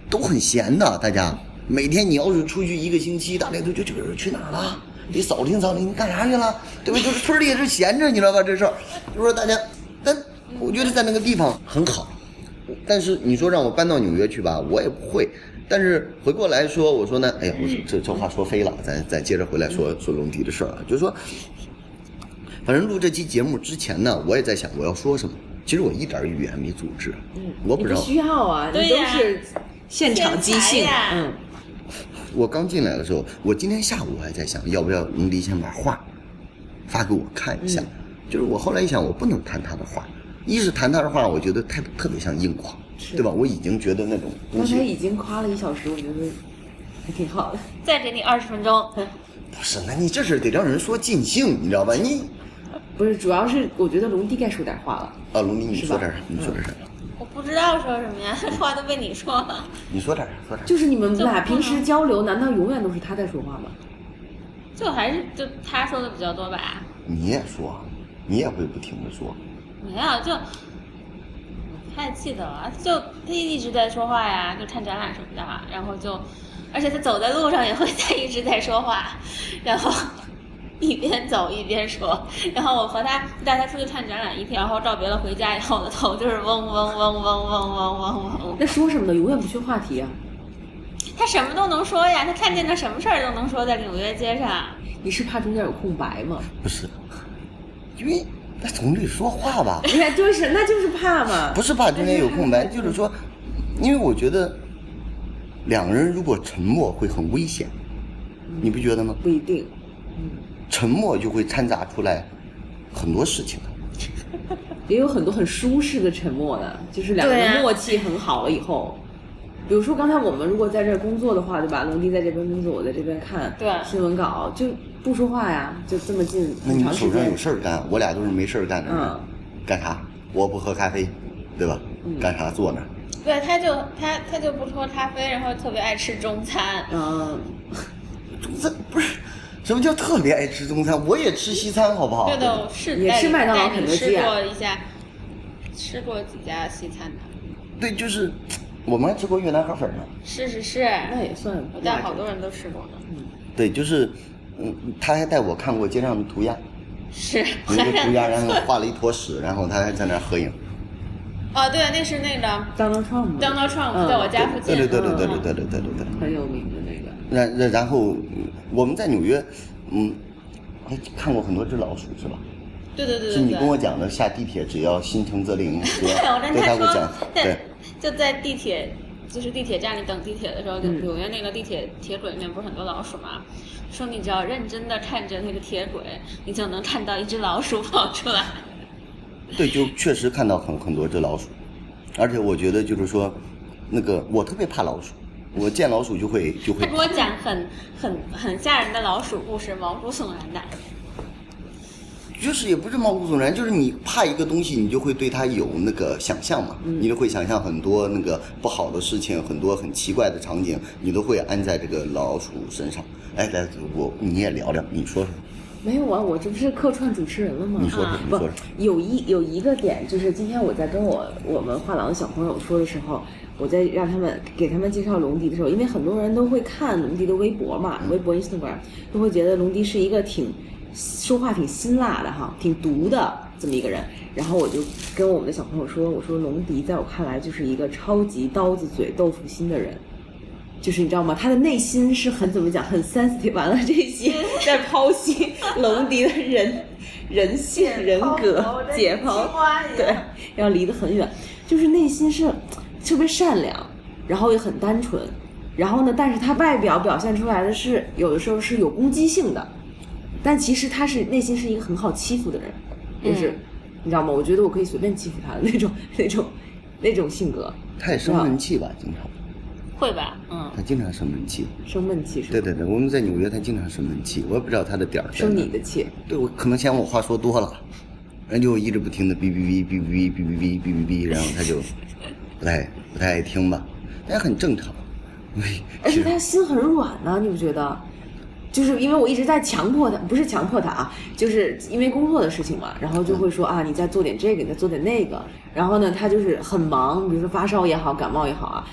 都很闲的，大家 每天你要是出去一个星期，大家都觉得这个人去哪儿了？你扫听扫听，你干啥去了？对吧？就是村儿里也是闲着，你知道吧？这事儿，就说大家，但我觉得在那个地方很好。但是你说让我搬到纽约去吧，我也不会。但是回过来说，我说呢，哎呀，我说这这话说飞了，咱咱接着回来说说龙迪的事儿啊，就是说，反正录这期节目之前呢，我也在想我要说什么。其实我一点儿语言没组织，我嗯你不知不道。需要啊，你对都呀是现场即兴天才呀，嗯，我刚进来的时候，我今天下午我还在想，要不要龙迪先把画发给我看一下。就是我后来一想，我不能弹他的画，一是弹他的画，我觉得太特别像硬广，对吧？我已经觉得那种东刚西才已经夸了一小时，我觉得还挺好的。再给你二十分钟，不是，那你这是得让人说尽兴，你知道吧？你不是，主要是我觉得龙迪该说点话了。啊，龙林，你是说吧嗯点啥？你说点啥？我不知道说什么呀， 话都被你说了。你说点啥？说点啥？就是你们俩平时交流，难道永远都是他在说话吗？就还是就他说的比较多吧，你也说，你也会不停的说。没有就我不太记得了，就他一直在说话呀，就看展览什么的，然后就，而且他走在路上也会在一直在说话， 然后一边走一边说，然后我和他带他出去看展览一天，然后道别了回家以后，我的头就是嗡嗡嗡嗡嗡嗡嗡嗡嗡，那说什么呢？永远不缺话题啊！他什么都能说呀，他看见的什么事儿都能说，在纽约街上。你是怕中间有空白吗？ 不是，因为他总得说话吧？你看，哎就是，那就是怕嘛。不是怕中间有空白，就是说，因为我觉得两个人如果沉默会很危险，你不觉得吗？不一定，嗯沉默就会掺杂出来很多事情。也有很多很舒适的沉默的，就是两个对人啊默契很好了以后。比如说，刚才我们如果在这儿工作的话，对吧？龙迪在这边工作，我在这边看对新闻稿，就不说话呀，就这么近那很你长们时手上间有。事儿干，我俩都是没事儿干的人，嗯干啥？我不喝咖啡，对吧？干啥坐那儿？对，他就他他就不喝咖啡，然后特别爱吃中餐，嗯，中餐不是，什么叫特别爱吃中餐？我也吃西餐，好不好？对的，我是哦也带吃你麦当劳带你肯德基吃啊过一下，吃过几家西餐的，对，就是我们还吃过越南河粉呢。是是是，那也算。我带好多人都吃过呢，对，就是，嗯，他还带我看过街上的涂鸦，是，有 一个涂鸦，还啊然后画了一坨屎，然后他还在那儿合影。哦，对，那是那个 Donald Trump Donald Trump 嗯在我家附近，对对对对对嗯对对对对对对。很有名的那个。然然然后嗯我们在纽约，嗯，还看过很多只老鼠是吧？嗯对对对是你对跟我对。讲的，下地铁只要心诚 则灵，只对，要我跟对他他会讲说，，对在。就在地铁，就是地铁站里等地铁的时候，就嗯纽约那个地铁铁轨里面不是很多老鼠吗？说你只要认真的看着那个铁轨，你就能看到一只老鼠跑出来。对，就确实看到很很多只老鼠，而且我觉得就是说，那个我特别怕老鼠，我见老鼠就会就他会给我讲很很很吓人的老鼠故事，毛骨悚然的。就是也不是毛骨悚然，就是你怕一个东西，你就会对它有那个想象嘛，你就会想象很多那个不好的事情，很多很奇怪的场景，你都会安在这个老鼠身上。哎，来，我你也聊聊，你说说，没有啊，我这不是客串主持人了吗？啊你说说，你不说说，有一有一个点，就是今天我在跟我我们画廊的小朋友说的时候，我在让他们给他们介绍龙迪的时候，因为很多人都会看龙迪的微博嘛，嗯微博、Instagram 都会觉得龙迪是一个挺说话挺辛辣的哈，挺毒的这么一个人。然后我就跟我们的小朋友说，我说龙迪在我看来就是一个超级刀子嘴豆腐心的人。就是你知道吗？他的内心是很怎么讲，很 sensitive。完了这些在剖析龙迪的人人性、人格、解剖，对，要离得很远。就是内心是特别善良，然后也很单纯，然后呢，但是他外表表现出来的是有的时候是有攻击性的，但其实他是内心是一个很好欺负的人，就是、你知道吗？我觉得我可以随便欺负他的那种那种那种性格，他也生闷气吧，经常，会吧？嗯，他经常生闷气。生闷气是对吧？对对，我们在纽约，他经常生闷气，我也不知道他的点儿在生哪你的气。对我可能嫌我话说多了，人就一直不停的哔哔哔哔哔哔哔哔哔哔哔，然后他就不太不太爱听吧，但很正常。而且他心很软呢、你不觉得？就是因为我一直在强迫他，不是强迫他啊，就是因为工作的事情嘛，然后嗯就会说啊，你再做点这个，你再做点那个。然后呢，他就是很忙，比如说发烧也好，感冒也好啊，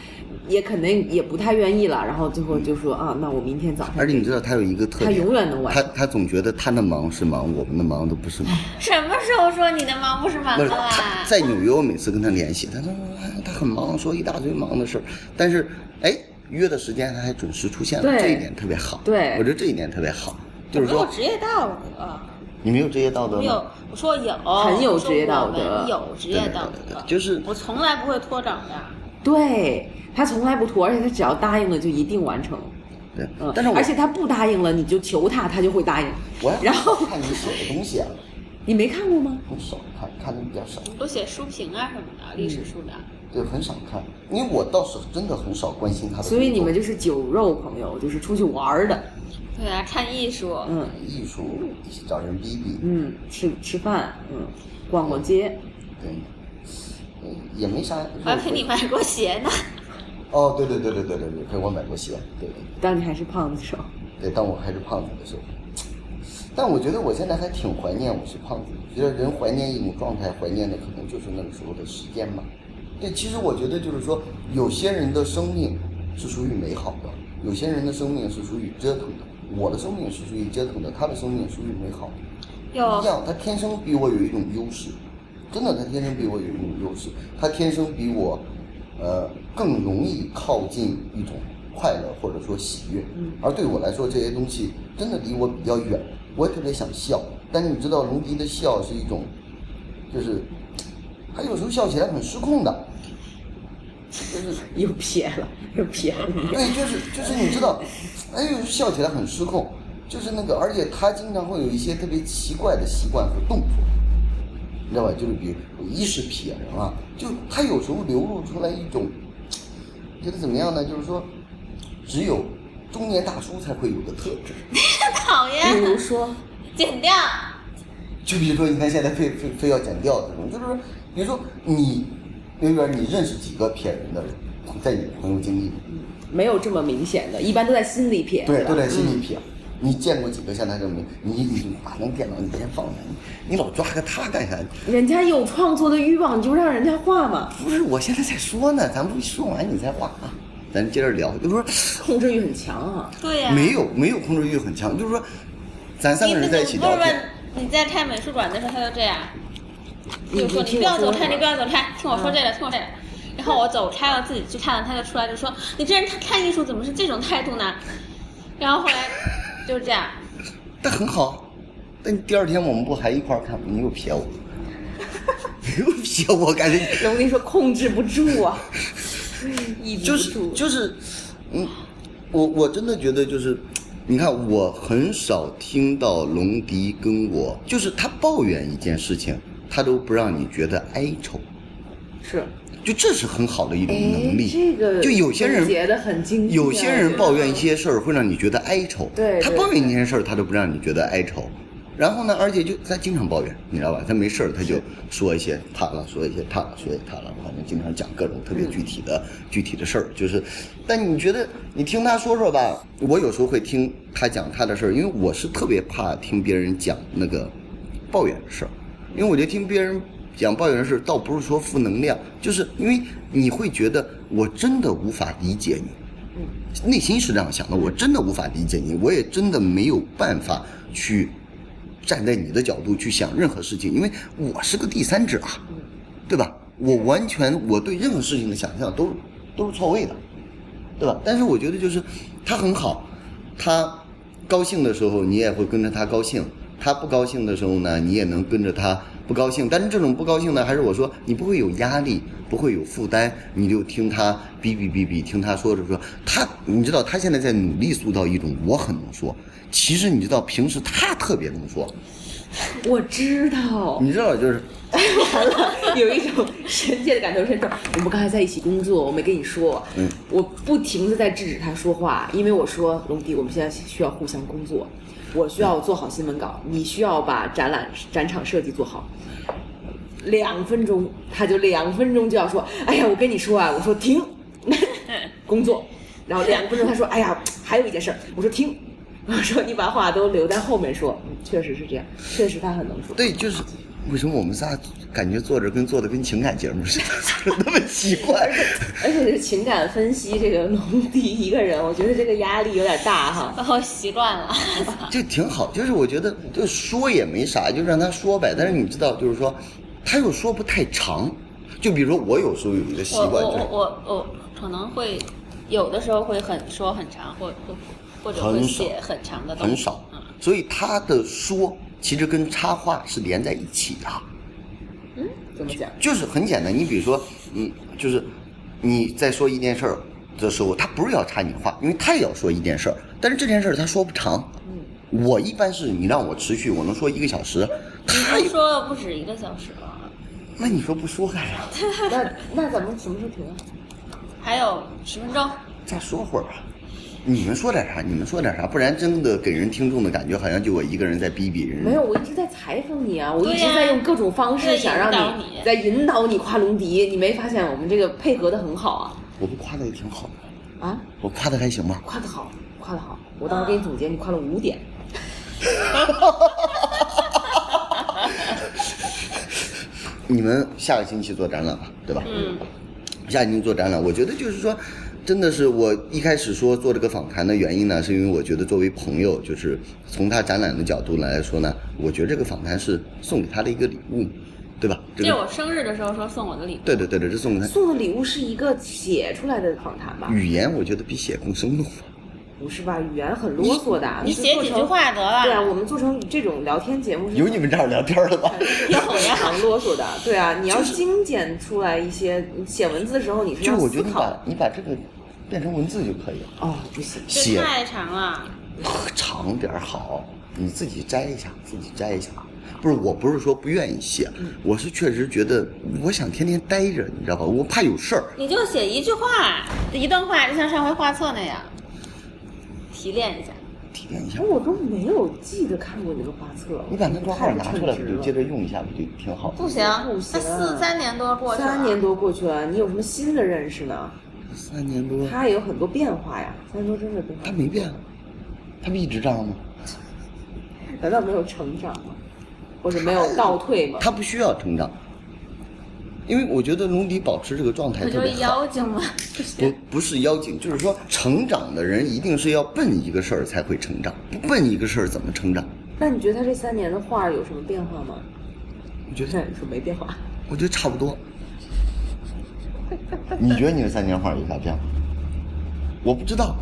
也肯定也不太愿意了。然后最后就说啊，那我明天早上而且你知道他有一个特他点，永远能完他他总觉得他的忙是忙，我们的忙都不是忙。什么时候说你的忙不是忙不的是啊啦？ 他在纽约，我每次跟他联系，他说、哎、他很忙，说一大堆忙的事儿，但是哎约的时间他还准时出现了，对这一点特别好。对我觉得这一点特别好，就是没有说职业道德，你没有职业道德没有吗？，我说有，很有我说职业道我们德有职对业对道对德对，就是我从来不会拖长的。对他从来不拖，而且他只要答应了就一定完成。对嗯，，但是我而且他不答应了，你就求他，他就会答应。我要然后看你写的东西啊，你没看过吗？很少看，看的比较少，我写书评啊什么的，历嗯史书的。对，很少看，因为我倒是真的很少关心他的工所作。以你们就是酒肉朋友，就是出去玩儿的，对啊，看艺术，嗯艺术找人逼逼，嗯，吃吃饭，嗯，逛逛街，对，嗯也没啥。我啊还陪你买过鞋呢。哦，对对对对对对对，陪我买过鞋，对对当你还是胖子的时候，对，当我还是胖子的时候。但我觉得我现在还挺怀念我是胖子的，觉得人怀念一种状态，怀念的可能就是那个时候的时间吧。对，其实我觉得就是说，有些人的生命是属于美好的，有些人的生命是属于折腾的。我的生命是属于折腾的，他的生命属于美好的。有一样，他天生比我有一种优势，真的，他天生比我有一种优势，他天生比我，呃，更容易靠近一种快乐或者说喜悦。而对我来说，这些东西真的离我比较远，我也特别想笑，但是你知道，龙迪的笑是一种，就是，他有时候笑起来很失控的。又撇了，又撇了你。对，哎就是就是你知道，哎呦，笑起来很失控，就是那个，而且他经常会有一些特别奇怪的习惯和动作，你知道吧？就是比如一是痞人啊，就他有时候流露出来一种，觉得怎么样呢？就是说，只有中年大叔才会有的特质。 讨比厌，嗯如说， 剪掉。就比如说，你看现在非非非要剪掉这种，就是说，比如说你，刘源，你认识几个撇人的人，在你的朋友经历里？ 没有这么明显的，一般都在心里撇，对，吧嗯都在心里撇。你见过几个像他这么？你你把那电脑你先放下，你你老抓个他干啥？嗯人家有创作的欲望，你就让人家画嘛，不是，我现在在说呢，咱们说完你再画啊，咱接着聊。就是控制欲很强啊。对呀、说没有没有控制欲很强，就是说，咱三你个人在一起不聊是天，问你在看美术馆的时候，他就这样，就说你你听不我要走说开，什你么不要走开，听我说这个，嗯听我这个。然后我走开了，自己去看了，他就出来就说：“你这人看看艺术怎么是这种态度呢？”然后后来就是这样，但很好。但第二天我们不还一块儿看吗？你又撇我， 你又撇我，感觉龙迪说控制不住 啊，抑制就不是住。就是，嗯，我我真的觉得就是，你看我很少听到龙迪跟我，就是他抱怨一件事情，他都不让你觉得哀愁，是，就这是很好的一种哎能，力。这个就有些人总结的很精辟啊，有些我觉人得抱怨一些事儿会让你觉得哀愁，对他对抱怨一件事儿，他都不让你觉得哀愁。然后呢，而且就他经常抱怨，你知道吧？他没事儿他就说一些他了，说一些他了，说一些他了，反正经常讲各种特嗯别具体的、具体的事儿。就是，但你觉得你听他说说吧，我有时候会听他讲他的事儿，因为我是特别怕听别人讲那个抱怨的事儿，因为我觉得听别人讲抱怨的事儿，倒不是说负能量，就是因为你会觉得我真的无法理解你，内心是这样想的，我真的无法理解你，我也真的没有办法去站在你的角度去想任何事情，因为我是个第三者啊，对吧？我完全我对任何事情的想象都都是错位的，对吧？但是我觉得就是他很好，他高兴的时候你也会跟着他高兴，他不高兴的时候呢，你也能跟着他不高兴。但是这种不高兴呢，还是我说你不会有压力，不会有负担，你就听他哔哔哔哔，听他说着说他，你知道他现在在努力塑造一种我很能说，其实你知道平时他特别能说，我知道，你知道就是 完了，有一种神界的感同身受。我们刚才在一起工作，我没跟你说，嗯我不停的在制止他说话，因为我说龙迪，我们现在需要互相工作，我需要做好新闻稿，你需要把展览展场设计做好。两分钟，他就两分钟就要说，哎呀，我跟你说啊，我说停， 工作，然后两分钟他说，哎呀，还有一件事儿，我说停， 我说你把话都留在后面说，嗯，确实是这样，确实他很能说，对，就是为什么我们仨感觉坐着跟做的跟情感节目似的， 就是那么奇怪。而且是情感分析这个农迪一个人，我觉得这个压力有点大哈，然后习惯了， 就挺好，就是我觉得就说也没啥，就让他说呗。但是你知道，就是说他又说不太长，就比如说我有时候有一个习我惯，我就是我我我可能会有的时候会很说很长，或或或者会很少写很长的东西，很少嗯，所以他的说其实跟插画是连在一起的，怎么讲？就是很简单。你比如说，嗯，就是你在说一件事儿的时候，他不是要插你话，因为他也要说一件事儿，但是这件事儿他说不长。嗯我一般是你让我持续，我能说一个小时，他你都说了不止一个小时了，那你说不说干啥？那那咱们什么时候停啊？还有十分钟，嗯再说会儿吧。你们说点啥？你们说点啥？不然真的给人听众的感觉好像就我一个人在逼逼人。没有，我一直在采访你啊，我一对直呀在用各种方式在想让引导你在引导你夸龙迪，你没发现我们这个配合的很好啊？我不夸的也挺好的，啊，我夸的还行吧。夸的好，夸的好，我到时候给你总结，你夸了五点。你们下个星期做展览吧，对吧？嗯，下一期做展览，我觉得就是说，真的是我一开始说做这个访谈的原因呢，是因为我觉得作为朋友，就是从他展览的角度来说呢，我觉得这个访谈是送给他的一个礼物，对吧？这这是个我生日的时候说送我的礼物，对对对对，这送给他送的礼物是一个写出来的访谈吧？语言，我觉得比写更生动。不是吧？语言很啰嗦的啊，你就写做几句成。话得对啊，了，我们做成这种聊天节目是有你们这样聊天了吧？非常啰嗦的。对啊，你要精简出来一些，你写文字的时候你是就是要我觉思得你考把的。你把这个变成文字就可以了，哦，不行，这写太长了，长点儿好，你自己摘一下，自己摘一下。不是，我不是说不愿意写，嗯我是确实觉得我想天天待着，你知道吧？我怕有事儿。你就写一句话，一段话，就像上回画册那样，提炼一下。体验一下哎，。我都没有记得看过你的画册。你把那段话拿出来，不太就称接职了着用一下，不就挺好？不行，不行他四三年多过去了，三年多过去了，你有什么新的认识呢？三年多，他也有很多变化呀，三年多真的变化他，没变啊，他不一直这样吗？难道没有成长吗？或者没有倒退吗？他不需要成长，因为我觉得龙迪保持这个状态不特就别是好。妖精吗？ 不不是妖精，就是说成长的人一定是要笨一个事儿才会成长，不笨一个事儿怎么成长？那你觉得他这三年的画有什么变化吗？我觉得那你说没变化，我觉得差不多。你觉得你的三年画有啥变化？我不知道，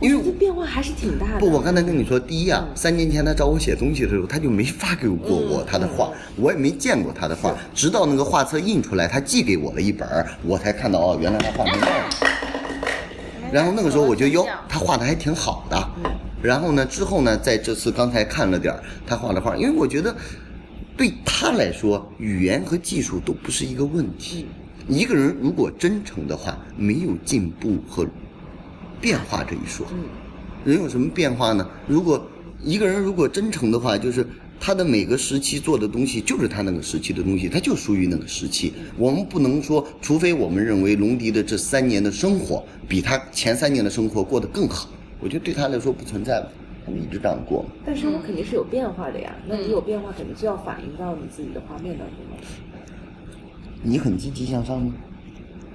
因为这变化还是挺大的。不，我刚才跟你说，第一啊，三年前他找我写东西的时候，他就没发给过我他的画，我也没见过他的画，直到那个画册印出来，他寄给我了一本儿，我才看到哦，原来他画成这样。然后那个时候我觉得哟，他画的还挺好的。然后呢，之后呢，在这次刚才看了点儿他画的画，因为我觉得对他来说，语言和技术都不是一个问题。一个人如果真诚的话，没有进步和变化这一说。嗯人有什么变化呢？如果一个人如果真诚的话，就是他的每个时期做的东西就是他那个时期的东西，他就属于那个时期。我们不能说，除非我们认为龙迪的这三年的生活比他前三年的生活过得更好，我觉得对他来说不存在了。他们一直这样过，但生活肯定是有变化的呀。那你有变化，肯定就要反映到你自己的画面当中了。你很积极向上吗？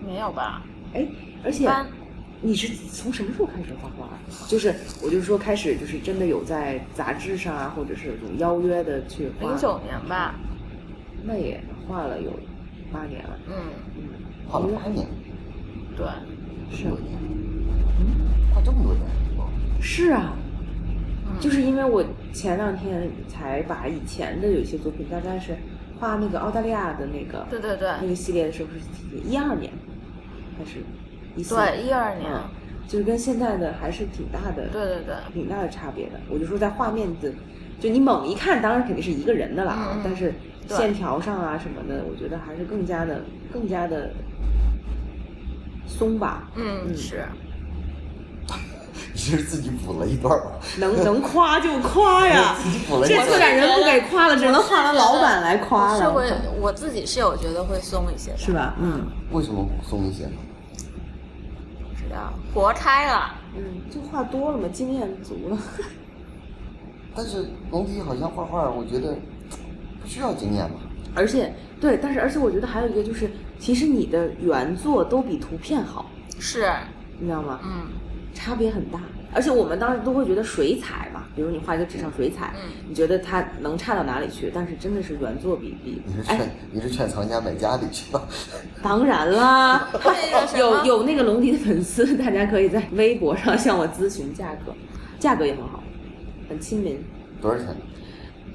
没有吧？哎，而且班你是从什么时候开始画画啊？就是我就是说开始就是真的有在杂志上啊，或者是有这种邀约的去画。零九年吧，那也画了有八年了，嗯，画了八年，对，是多年，画这么多年，是啊，就是因为我前两天才把以前的有一些作品，大概是画那个澳大利亚的那个对对对那个系列的时候是一二年还是一四对一二年，嗯，就是跟现在的还是挺大的，对对对，嗯挺大的差别的。我就说在画面的，就你猛一看，当然肯定是一个人的啦，嗯嗯但是对线条上啊什么的，我觉得还是更加的更加的 松吧。嗯是，其实自己补了一段吧。，能能夸就夸呀自己补了一这段策展人不给夸了，只能换完老板来夸是了，嗯会，我自己是有觉得会松一些的，是吧？嗯，为什么松一些呢？不知道。活拆了，嗯嗯就话多了嘛，经验足了。 但是龙迪好像画画，我觉得不需要经验吧。而且对，但是而且我觉得还有一个就是，其实你的原作都比图片好，是，你知道吗？嗯，差别很大。而且我们当时都会觉得水彩嘛，比如你画一个纸上水彩，嗯你觉得它能差到哪里去？但是真的是原作比比你是，劝、哎，你是劝藏家买家里去吧？当然啦，那 个什么哦有有那个龙迪的粉丝，大家可以在微博上向我咨询价格，价格也很好，很亲民，多少钱？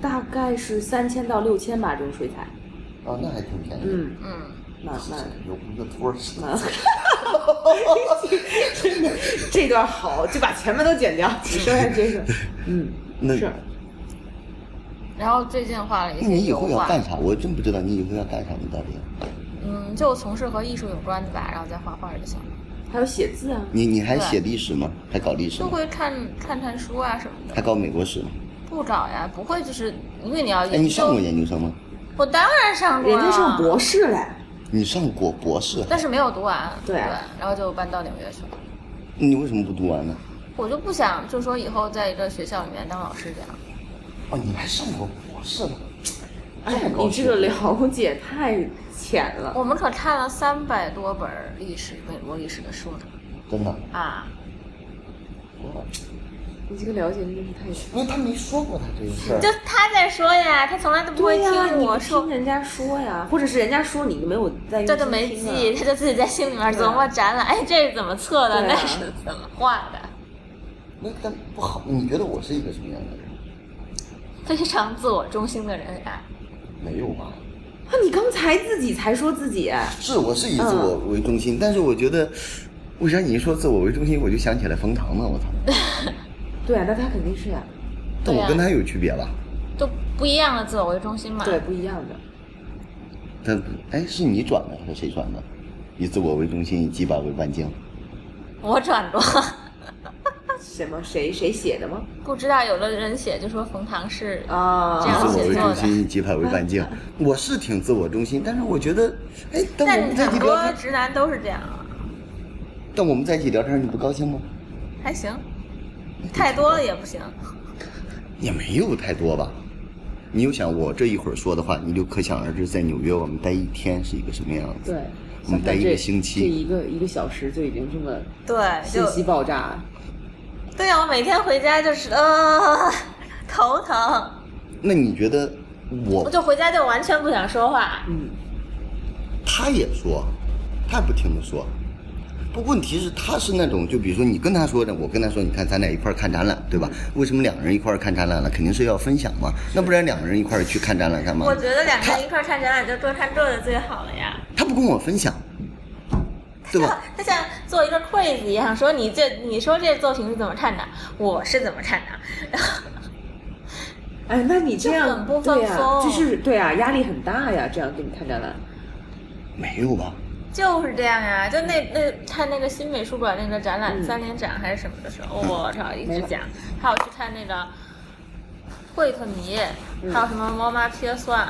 大概是三千到六千吧，这种水彩，哦，那还挺便宜。，嗯，嗯，蛮蛮。有一个托儿似的。啊， 真的，这段好，就把前面都剪掉，只剩下这个。嗯，那是然后最近画了一嗯那些你以油后要画，干啥？我真不知道你以后要干啥，你到底。嗯，就从事和艺术有关的吧，然后再画画就行了，还有写字啊，你你还对写历史吗？还搞历史就吗？会看看看书啊什么的，还搞美国史吗？不找呀，不会就是因为你要哎，研你上究过，研究生吗？我当然上过，啊人家上，博士嘞，你上过博士，啊但是没有读完，对啊然后就搬到纽约去了。你为什么不读完呢？我就不想，就说以后在一个学校里面当老师这样。哦，你还上过博士呢？哎，你这个了哦解太浅了。我们可看了三百多本儿历史、美国历史的书呢真的？啊！哇你这个了解真的是太浅。因为他没说过他这个事儿。就他在说呀，他从来都不会对呀、听你不我说听，人家说呀，或者是人家说你没有在这用心都听啊啊没记，他就自己在心里面琢磨展览，哎，这是怎么测的，对那啊是怎么画的，那但不好，你觉得我是一个什么样的人？非常自我中心的人啊呀、没有吧？啊！你刚才自己才说自己，啊是，我是以自我嗯为中心，但是我觉得，为啥你一说自我为中心，我就想起来冯唐呢？我操！啊对啊，那他肯定是呀、但我跟他有区别吧？都不一样的自我为中心嘛。对，不一样的。他哎，是你转的还是谁转的？以自我为中心，以己把为半径。我转过， 什么？谁谁写的吗？不知道有的人写就说冯唐是啊，这以样自哦写我为作中的心，以己把为 半径。我是挺自我中心，但是我觉得，哎，但我们在一起聊天，直男都是这样啊，但我们在一起聊天，你不高兴吗？还行，太多了也不行。也没有太多吧。你又想我这一会儿说的话，你就可想而知，在纽约我们待一天是一个什么样子。对，我们待一个星这期，一个一个小时就已经这么对，信就息爆炸，对呀、我每天回家就是呃 头疼，那你觉得我我就回家就完全不想说话。嗯，他也说，他也不听他说。不，问题是他是那种，就比如说你跟他说的，我跟他说，你看咱俩一块儿看展览，对吧？为什么两个人一块儿看展览了？肯定是要分享嘛，那不然两个人一块儿去看展览干嘛我？觉得两个人一块儿看展览就各看各的最好了呀。他不跟我分享，对吧？他像做一个 quiz 一样，说你这你说这作品是怎么看的，我是怎么看的，哎，那你这就样很不放对呀、松就是对啊，压力很大呀，这样给你看展览，没有吧？就是这样呀、就那那看那个新美术馆那个展览、三联展还是什么的时候，我操，一直讲，还有去看那个惠特尼，还有什么猫妈撇算。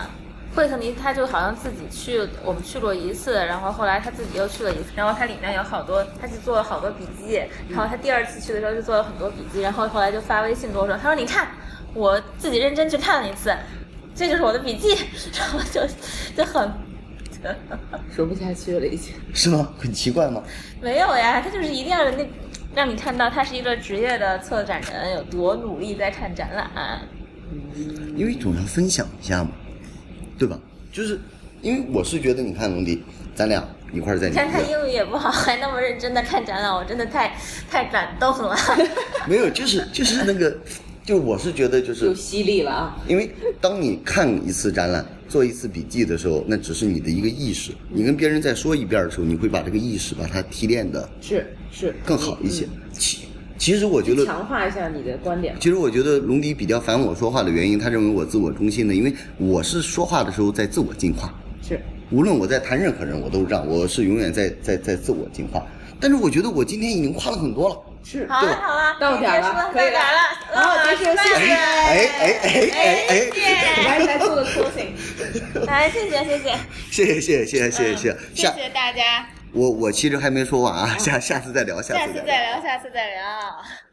惠特尼他就好像自己去，我们去过一次，然后后来他自己又去了一次，然后他里面有好多，他就做了好多笔记，然后他第二次去的时候就做了很多笔记，然后后来就发微信跟我说，他说你看，我自己认真去看了一次，这就是我的笔记，然后就就很 说不下去了已经。是吗？很奇怪吗？没有呀，他就是一定要那让你看到他是一个职业的策展人，有多努力在看展览。因为总要分享一下嘛，对吧？就是因为我是觉得，你看龙迪，咱俩一块儿在你纽看他约，英语也不好，还那么认真的看展览，我真的太太感动了。没有，就是就是那个，就我是觉得就是又犀利了啊！因为当你看一次展览、做一次笔记的时候，那只是你的一个意识。你跟别人再说一遍的时候，你会把这个意识把它提炼的是是，嗯更好一些。其其实我觉得，强化一下你的观点。其实我觉得龙迪比较烦我说话的原因，他认为我自我中心的，因为我是说话的时候在自我进化。是，无论我在谈任何人，我都是这样，我是永远在在在自我进化。但是我觉得我今天已经夸了很多了，是好了啊好了，到点儿了了，嗯可以到点儿了，了好结束了谢谢哎哎哎哎哎哎，来来做个 closing。谢谢，来谢谢谢谢，谢谢谢谢谢谢谢谢谢下谢大家，我我其实还没说完啊，下下次再聊，下下次次再再聊，下次再聊。